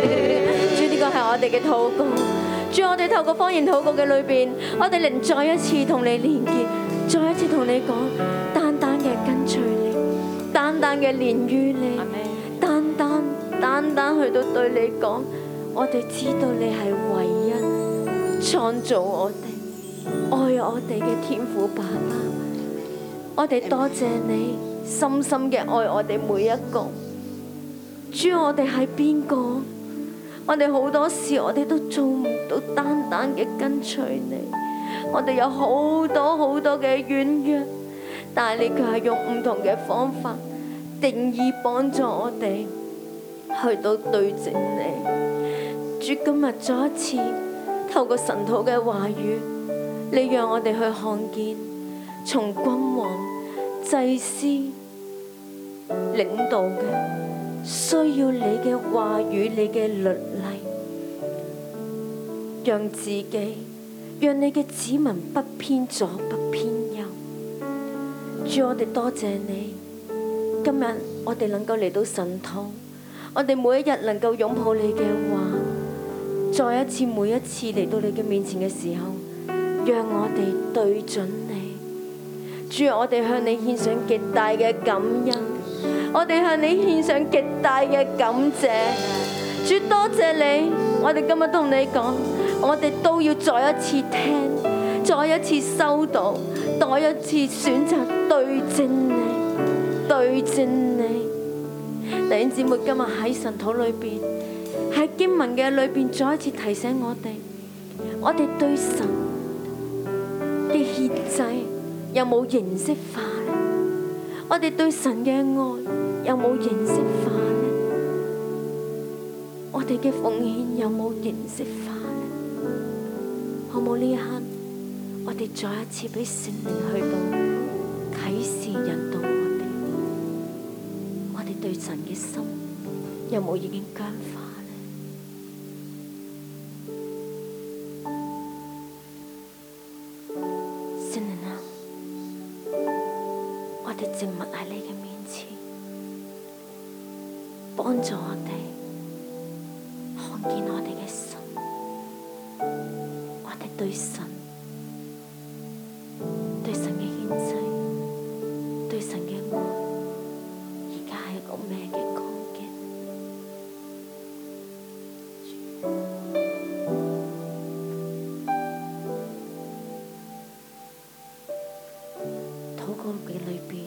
Speaker 5: 我哋嘅禱告。主，我哋透過方言禱告嘅裏邊，我哋能再一次同你連結，再一次同你講，單單嘅跟隨你，單單嘅連於你，單單單單去到對你講，我哋知道你係唯一創造我哋、愛我哋嘅天父爸爸。我哋多謝你深深嘅愛我哋每一個。主，我哋係邊個？我哋好多事我哋都做唔到，單單嘅跟隨你。我哋有好多好多嘅軟弱，但係你卻係用唔同嘅方法定義幫助我哋去到對正你。主，今日再一次透過神土嘅話語，你讓我哋去看見。從君王、祭司、領導嘅，需要你嘅話語、你嘅律例，讓自己，讓你嘅子民不偏左、不偏右。主，我哋多謝你，今日我哋能夠嚟到神堂，我哋每一日能夠擁抱你嘅話，再一次每一次嚟到你嘅面前嘅時候，讓我哋對準你。主，啊我哋向你獻上極大嘅感恩，我哋向你獻上極大嘅感謝。主，多謝你，我哋今日都同你講，我哋都要再一次聽，再一次收到，再一次選擇對正你，對正你。弟兄姊妹，今日喺神土裏邊，喺經文嘅裏邊，再一次提醒我哋，我哋對神嘅獻祭有冇形式化呢？我哋對神嘅愛有冇形式化呢？我哋嘅奉獻有冇形式化呢？好冇呢一刻，我哋再一次俾聖靈去到啟示引導我哋，我哋對神嘅心有冇已經僵化呢？聖靈啊！我哋靜默喺你嘅面前，幫助我哋看見我哋嘅神，我哋對神、對神嘅獻祭、對神嘅愛，而家係一個咩嘅光景？禱告嘅裏邊，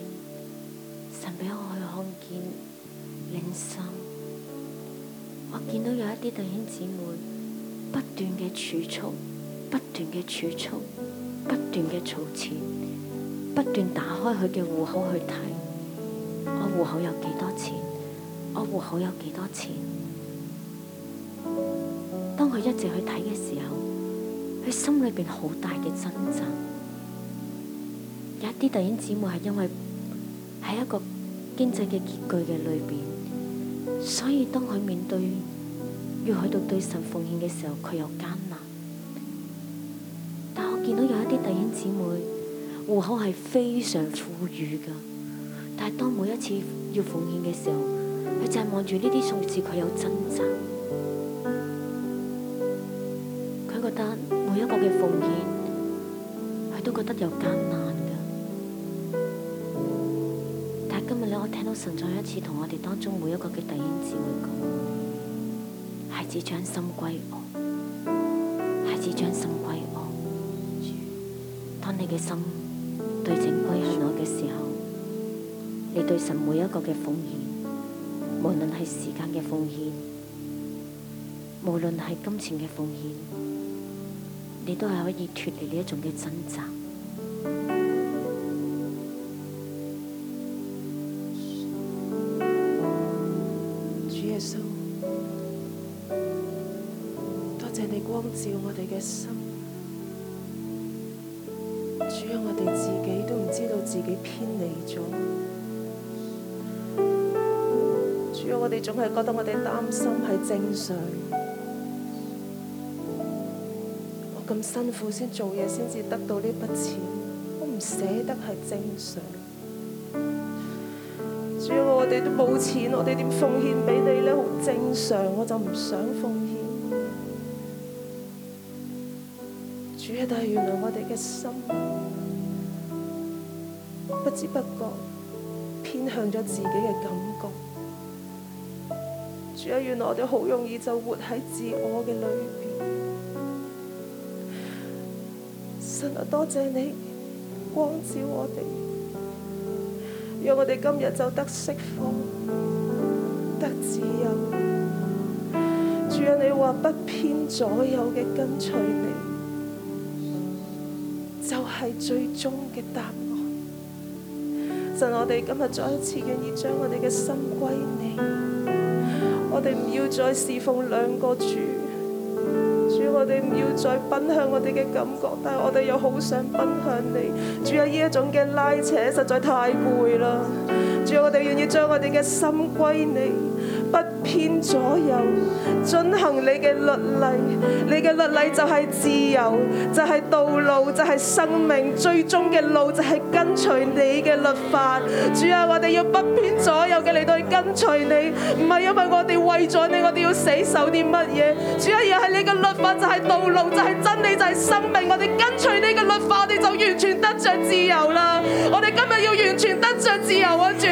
Speaker 5: 神俾我去看見靈心。我見到有一啲弟兄姊妹不斷嘅儲蓄，不斷嘅儲蓄，不斷嘅儲錢，不斷打開佢嘅戶口去睇，我戶口有幾多錢？我戶口有幾多錢？當佢一直去睇嘅時候，佢心裏邊好大嘅掙扎。有一啲弟兄姊妹係因為喺一個經濟嘅拮據嘅裏邊，所以當佢面對要去到對神奉獻嘅時候，佢有艱難。但我見到有一啲弟兄姊妹戶口係非常富裕㗎，但係當每一次要奉獻嘅時候，佢就係望住呢啲數字，佢有掙扎。佢覺得每一個嘅奉獻。佢都覺得有艱難嘅。但係今日咧，我聽到神再一次同我哋當中每一個嘅弟兄姊妹講：孩子將心歸我，孩子將心歸我。當你嘅心對正歸向我嘅時候，你對神每一個嘅奉獻，無論係時間嘅奉獻，無論係金錢嘅奉獻。你都係可以脱離呢一種嘅掙扎。
Speaker 6: 主耶穌，多謝你光照我哋嘅心。主啊，我哋自己都唔知道自己偏離咗。主啊，我哋總係覺得我哋擔心係正常。我咁辛苦先做嘢，先至得到呢筆錢，我唔捨得係正常。主啊，我哋都冇錢，我哋點奉獻俾你呢？好正常，我就唔想奉獻。主啊，但係原來我哋嘅心不知不覺偏向咗自己嘅感覺。主啊，原來我哋好容易就活喺自我嘅裏邊。神啊，多謝你光照我哋，讓我哋今日就得釋放，得自由。主啊，你話不偏左右嘅跟隨你，就係、最終嘅答案。神，我哋今日再一次願意將我哋嘅心歸你，我哋唔要再侍奉兩個主。主，我哋唔要再奔向我哋嘅感覺，但係我哋又好想奔向你。主啊，呢一種嘅拉扯實在太攰啦。主啊，我哋願意將我哋嘅心歸你，不偏左右。遵行你嘅律例，你嘅律例就係自由，就係、道路，就係、生命，最終嘅路就係跟隨你嘅律法。主啊，我哋要不偏左右嘅嚟到去跟隨你，唔係因為我哋為咗你，我哋要死守啲乜嘢。主啊，而係你嘅律法就係、道路，就係、真理，就係、生命。我哋跟隨你嘅律法，我哋就完全得着自由啦。我哋今日要完全得着自由啊，主！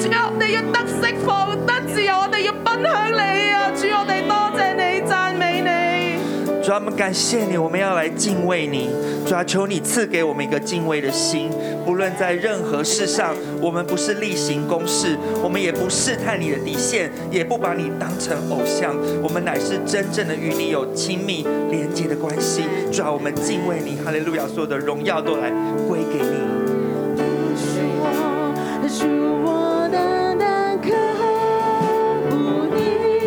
Speaker 6: 主啊，我哋要得釋放，得自由，我哋要奔向你啊，主！我哋多謝你，讚美你。
Speaker 7: 主啊，我们感谢你，我们要来敬畏你。主啊，求你赐给我们一个敬畏的心，不论在任何事上，我们不是例行公事，我们也不试探你的底线，也不把你当成偶像，我们乃是真正的与你有亲密连接的关系。主啊，我们敬畏你，哈利路亚，所有的荣耀都来归给你。
Speaker 4: 主，我单单渴慕你，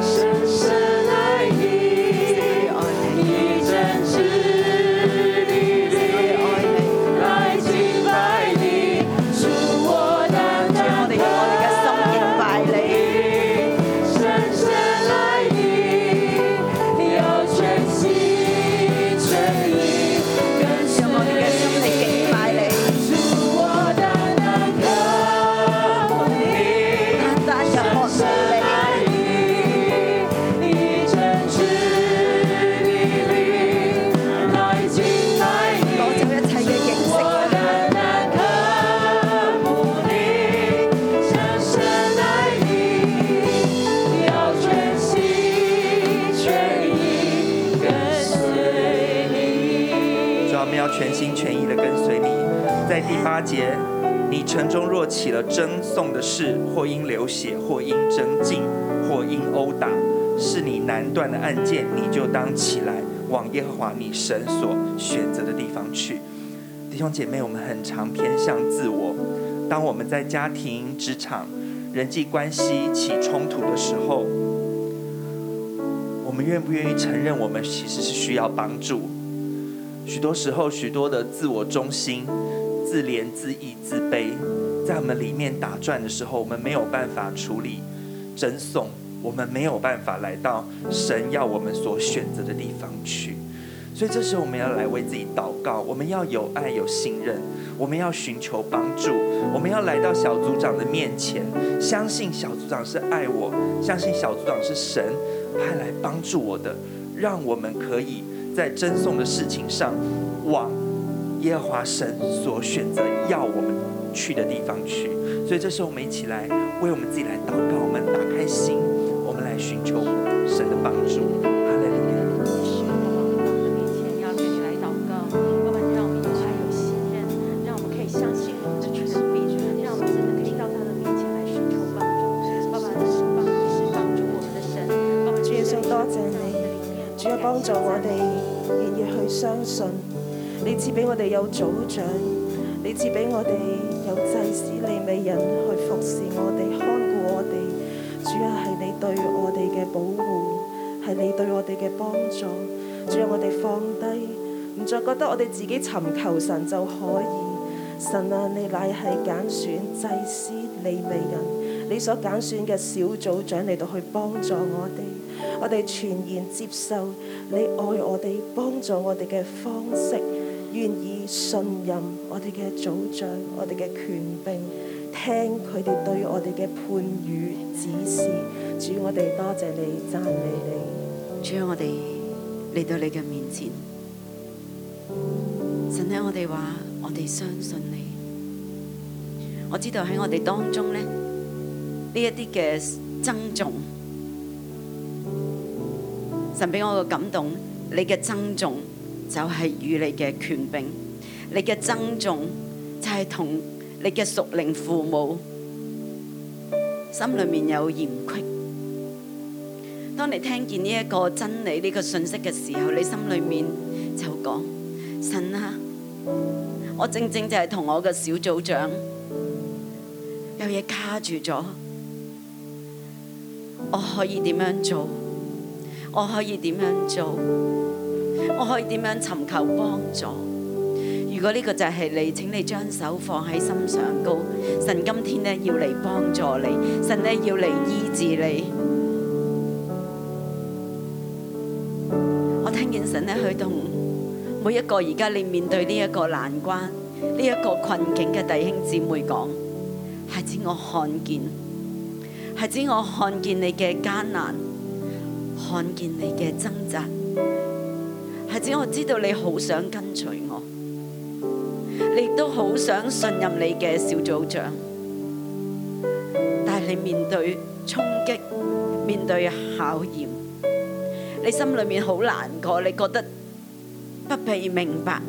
Speaker 4: 深深爱你，你真挚的爱，来敬拜你。主，我单单渴慕你，深深爱你，要全心全意跟随你。主，我单单靠你，深深爱你，你真挚的灵来敬拜你。我单单靠你，深深爱你，要全心全意跟随你。
Speaker 7: 主啊，我们要全心全意的跟随你。在第八节，你城中若起了争讼的事，或因流血，或因争竞，或因殴打，是你难断的案件，你就当起来，往耶和华你神所选择的地方去。弟兄姐妹，我们很常偏向自我。当我们在家庭、职场、人际关系起冲突的时候，我们愿不愿意承认我们其实是需要帮助？许多时候，许多的自我中心、自怜、自义、自卑，在我们里面打转的时候，我们没有办法处理争讼，我们没有办法来到神要我们所选择的地方去。所以，这时候我们要来为自己祷告，我们要有爱、有信任，我们要寻求帮助，我们要来到小组长的面前，相信小组长是爱我，相信小组长是神派来帮助我的，让我们可以在争讼的事情上往耶和华神所选择要我们去的地方去。所以这时候我们一起来为我们自己来祷告，我们打开心，我们来寻求神的帮助。哈利路亚。
Speaker 6: 主耶穌，多謝你，主啊，幫助我哋日日去相信，你賜俾我哋有組長，你賜俾我哋有祭司利未人去服侍我哋、看顧我哋。主啊，係你對我哋嘅保護，係你對我哋嘅幫助。主啊，我哋放低，唔再覺得我哋自己尋求神就可以。神啊，你乃係揀選祭司利未人，你所揀選嘅小組長嚟到去幫助我哋，我哋全然接受你愛我哋、幫助我哋嘅方式，願意信任我哋嘅組長、我哋嘅權柄，聽佢哋對我哋嘅判語指示。主，我哋多謝你，讚美你。
Speaker 8: 主啊，我哋嚟到你嘅面前，神喺我哋話，我哋相信你。我知道喺我哋當中呢，呢一啲嘅爭訟，神俾我個感動，你嘅爭訟就係與你嘅權柄，你嘅爭訟就係同你嘅屬靈父母心裏面有嫌隙。當你聽見呢一個真理呢、個信息嘅時候，你心裏面就講。神啊，我正正就係同我嘅小組長有嘢卡住咗，我可以點樣做？我可以點樣做？我可以點樣尋求幫助？如果呢個就係你，請你將手放喺心上高。神今天呢要嚟幫助你，神呢要嚟醫治你。我聽見神呢去同。每一個而家你面對呢一個難關、呢、一個困境嘅弟兄姊妹講，孩子我看見，孩子我看見你嘅艱難，看見你嘅掙扎，孩子我知道你好想跟隨我，你亦都好想信任你嘅小組長，但係你面對衝擊，面對考驗，你心裏面好難過，你覺得。不被明白，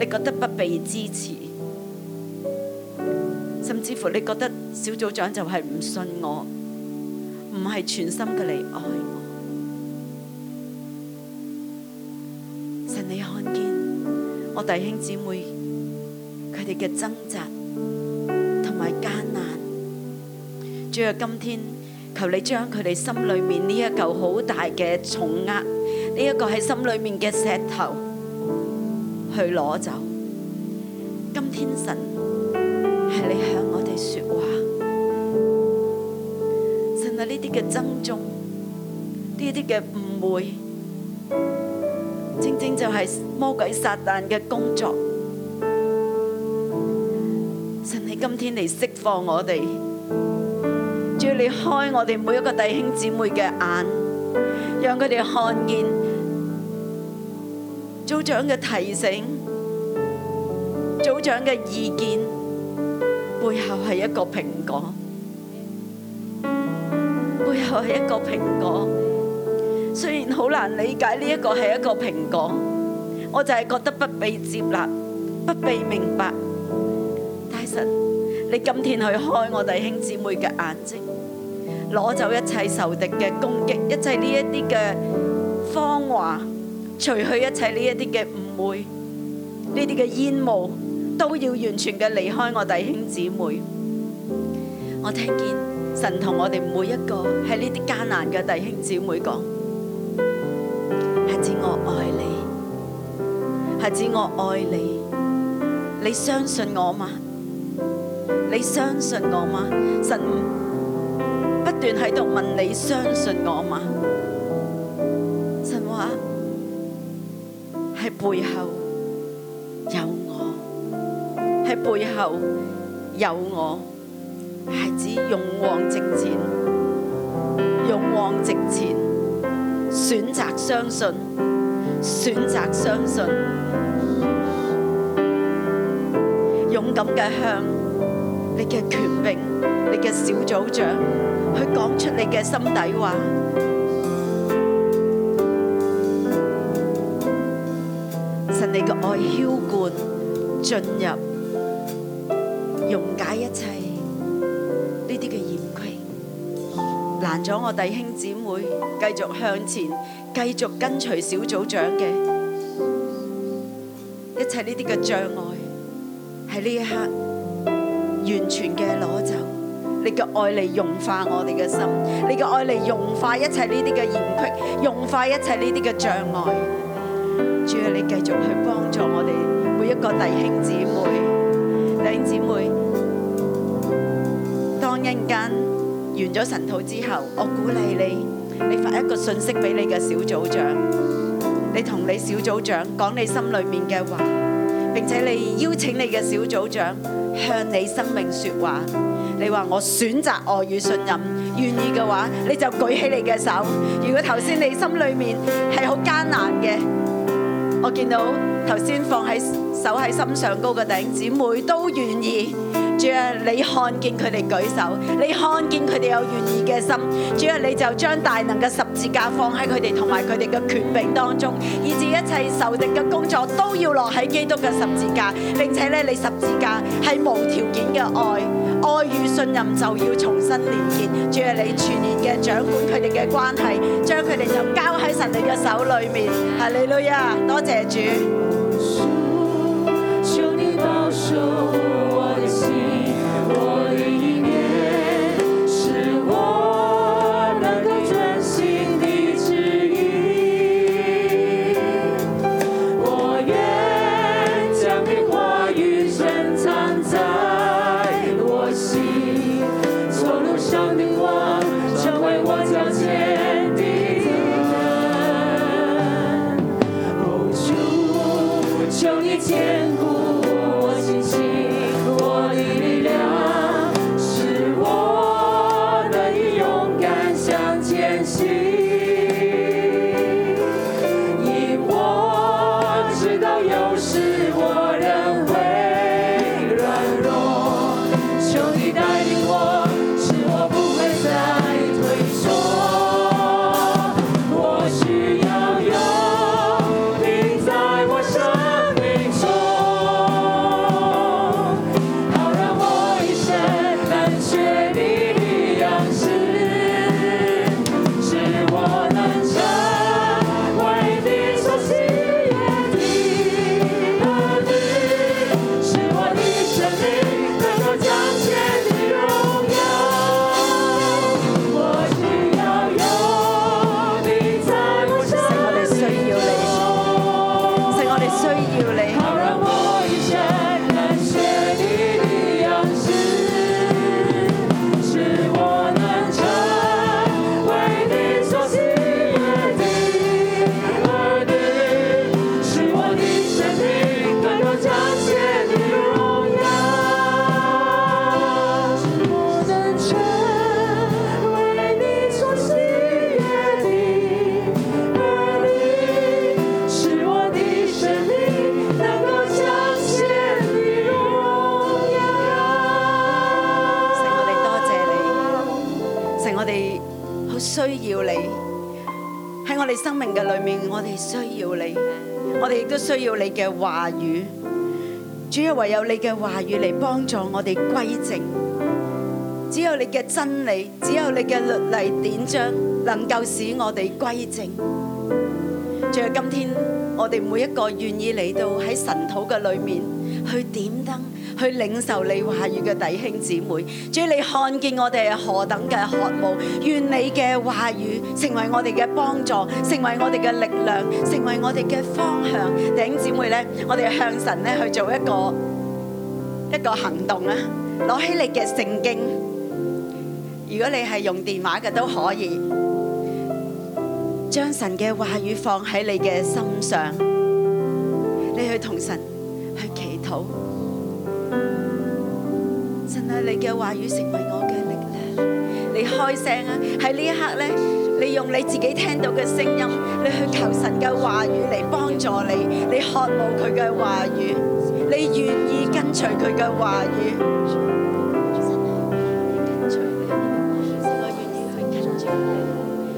Speaker 8: 你覺得不被支持，甚至乎你覺得小組長就係唔信我，唔係全心嘅嚟愛我。神你看見我弟兄姊妹佢哋嘅掙扎同埋艱難，主啊，今天求你將佢哋心裏面呢一嚿好大嘅重壓。呢一個喺心裏面嘅石頭去攞走。今天神係你向我哋說話，神啊呢啲嘅爭訟，呢一啲嘅誤會，正正就係魔鬼撒旦嘅工作。神你今天嚟釋放我哋，主要你開我哋每一個弟兄姊妹嘅眼。讓佢哋看見組長嘅提醒、組長嘅意見背後係一個蘋果，背後係一個蘋果。雖然好難理解呢一個係一個蘋果，我就係覺得不被接納、不被明白。大神，你今天去開我弟兄姊妹嘅眼睛。攞走一切仇敵嘅攻擊，一切呢一啲嘅謊話，除去一切呢一啲嘅誤會，呢啲嘅煙霧都要完全嘅離開我弟兄姊妹。我聽見神同我哋每一個喺呢啲艱難嘅弟兄姊妹講：孩子，我愛你，孩子，我愛你，你相信我嗎？你相信我嗎？神不斷喺度問你相信我嗎？神話係背後有我，係背後有我，孩子勇往直前，勇往直前，選擇相信，選擇相信，勇敢嘅向你嘅權柄，你嘅小組長。去講出你嘅心底話。神你嘅愛澆灌進入，溶解一切呢啲嘅嫌隙，攔咗我弟兄姊妹繼續向前，繼續跟隨小組長嘅一切呢啲嘅障礙，喺呢一刻完全嘅攞走。你嘅愛嚟融化我哋嘅心，你嘅愛嚟融化一切呢啲嘅嫌隙，融化一切呢啲嘅障礙。主啊，你繼續去幫助我哋每一個弟兄姊妹，弟兄姊妹。當一陣間完咗神討之後，我鼓勵你，你發一個信息俾你嘅小組長，你同你小組長講你心裏面嘅話，並且你邀請你嘅小組長向你生命説話。你話我選擇愛與信任，願意嘅話，你就舉起你嘅手。如果頭先你心裏面係好艱難嘅，我見到頭先放喺手喺心上高嘅弟兄姊妹都願意。主啊，你看見佢哋舉手，你看見佢哋有願意嘅心，主啊，你就將大能嘅十字架放喺佢哋同埋佢哋嘅權柄當中，以至一切仇敵嘅工作都要落喺基督嘅十字架，並且咧，你十字架係無條件嘅愛，愛與信任就要重新連結。主啊，你全然嘅掌管佢哋嘅關係，將佢哋就交喺神你嘅手裏面。哈利路亞，多謝主。
Speaker 4: 求你保守我的心，我的意念，使我能够专心地指引。我愿将你话语深藏在我心，走路上的光，成为我脚前的灯。哦，主，求你坚固我信心，我的力量，使我得以勇敢向前行。因我知道有时我仍会软弱，求你带领我，使我不会再退缩。我需要有你在我生命中，好让我一生胆怯你的样式，使我能成为你所喜悦的儿女，使我的生命能够彰显你荣耀。我需要有你在我生
Speaker 8: 我哋需要你，神，我哋需要你，
Speaker 4: 好让我一生能学你的样式，使我能成为你所喜悦的儿女，使我的生命能够彰显你荣耀，使我能成为你所喜悦的儿女，使我的生命能够彰显你荣耀。
Speaker 8: 神，我哋多謝你，神，我哋好需要你喺我哋生命嘅裏面，我哋需要你，我哋亦都需要你嘅話語。主要唯有你嘅話語嚟幫助我哋歸正，只有你嘅真理，只有你嘅律例典章，能夠使我哋歸正。仲有今天，我哋每一個願意嚟到喺神土嘅裏面去點燈，去領受你話語嘅弟兄姊妹，主你看見我哋係何等嘅渴慕，願你嘅話語成為我哋嘅幫助，成為我哋嘅力量，成為我哋嘅方向。弟兄姊妹呢，我哋向神呢去做一個一個行動啊！攞起你嘅聖經，如果你係用電話嘅都可以。將神嘅話語放喺你嘅心上，你去同神去祈禱。神啊，你嘅話語成為我嘅力量。你開聲啊！喺呢一刻咧，你用你自己聽到嘅聲音，你去求神嘅話語嚟幫助你，你渴慕佢嘅話語，你願意跟隨佢嘅話語。啊我願啊意去跟隨你，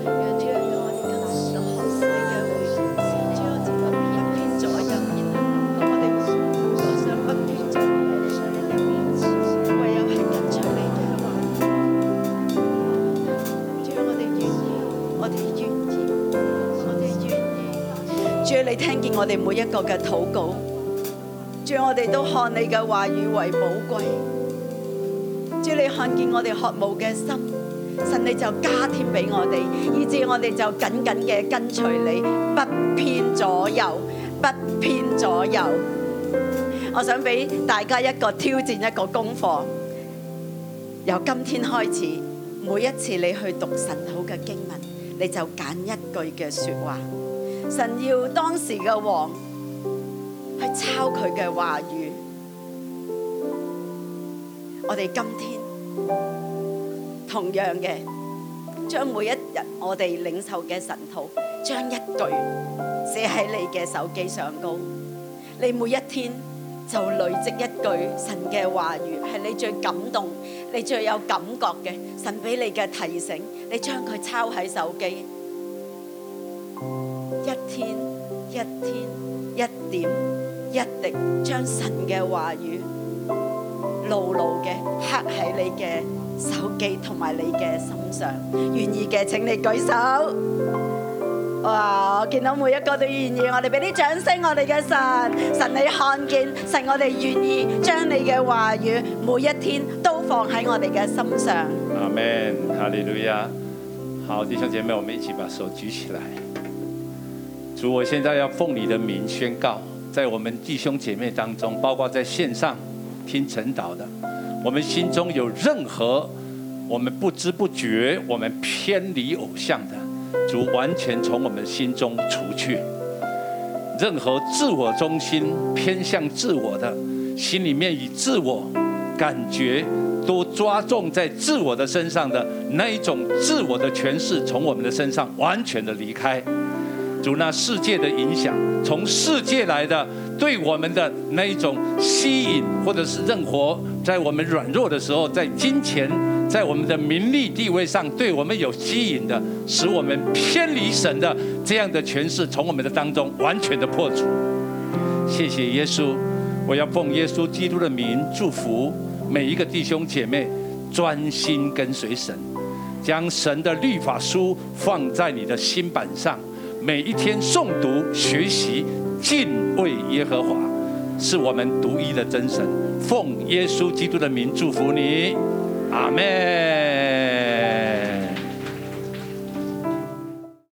Speaker 8: 讓主啊，讓我哋今日嘅學世嘅會，主啊，我哋不偏左右，然後我哋互相不偏左右，唯有係跟隨你嘅話。主啊，我哋願意，我哋願意，我哋願意。主啊，你聽見我哋每一個嘅禱告，主啊，我哋都看你嘅話語為寶貴。主啊，你看見我哋渴慕嘅心。神你就加添俾我哋，以致我哋就緊緊嘅跟隨你，不偏左右，不偏左右。我想俾大家一個挑戰，一個功課。由今天開始，每一次你去讀神好嘅經文，你就揀一句嘅説話。神要當時嘅王去抄佢嘅話語。我哋今天。同樣嘅，將每一日我哋領受嘅神道，將一句寫喺你嘅手機上高，你每一天就累積一句神嘅話語，係你最感動、你最有感覺嘅神俾你嘅提醒，你將佢抄喺手機，一天一天一點一滴，將神嘅話語牢牢嘅刻喺你嘅手機同埋你嘅心上。願意嘅請你舉手。哇！我見到每一個都願意，我哋俾啲掌聲我哋嘅神，神你看見，神我哋願意將你嘅話語每一天都放喺我哋嘅心上。
Speaker 9: 阿门，哈利路亚。好，弟兄姐妹，我们一起把手举起来。主，我现在要奉你的名宣告，在我们弟兄姐妹当中，包括在线上听晨祷的，我们心中有任何我们不知不觉我们偏离偶像的，主完全从我们心中除去。任何自我中心、偏向自我的，心里面以自我感觉都抓重在自我的身上的那一种自我的诠释，从我们的身上完全的离开。主那世界的影响，从世界来的对我们的那一种吸引，或者是任何在我们软弱的时候，在金钱、在我们的名利地位上对我们有吸引的，使我们偏离神的这样的诠释，从我们的当中完全的破除。谢谢耶稣，我要奉耶稣基督的名祝福每一个弟兄姐妹，专心跟随神。将神的律法书放在你的心板上，每一天诵读、学习、敬畏耶和华，是我们独一的真神。奉耶稣基督的名祝福你，阿门。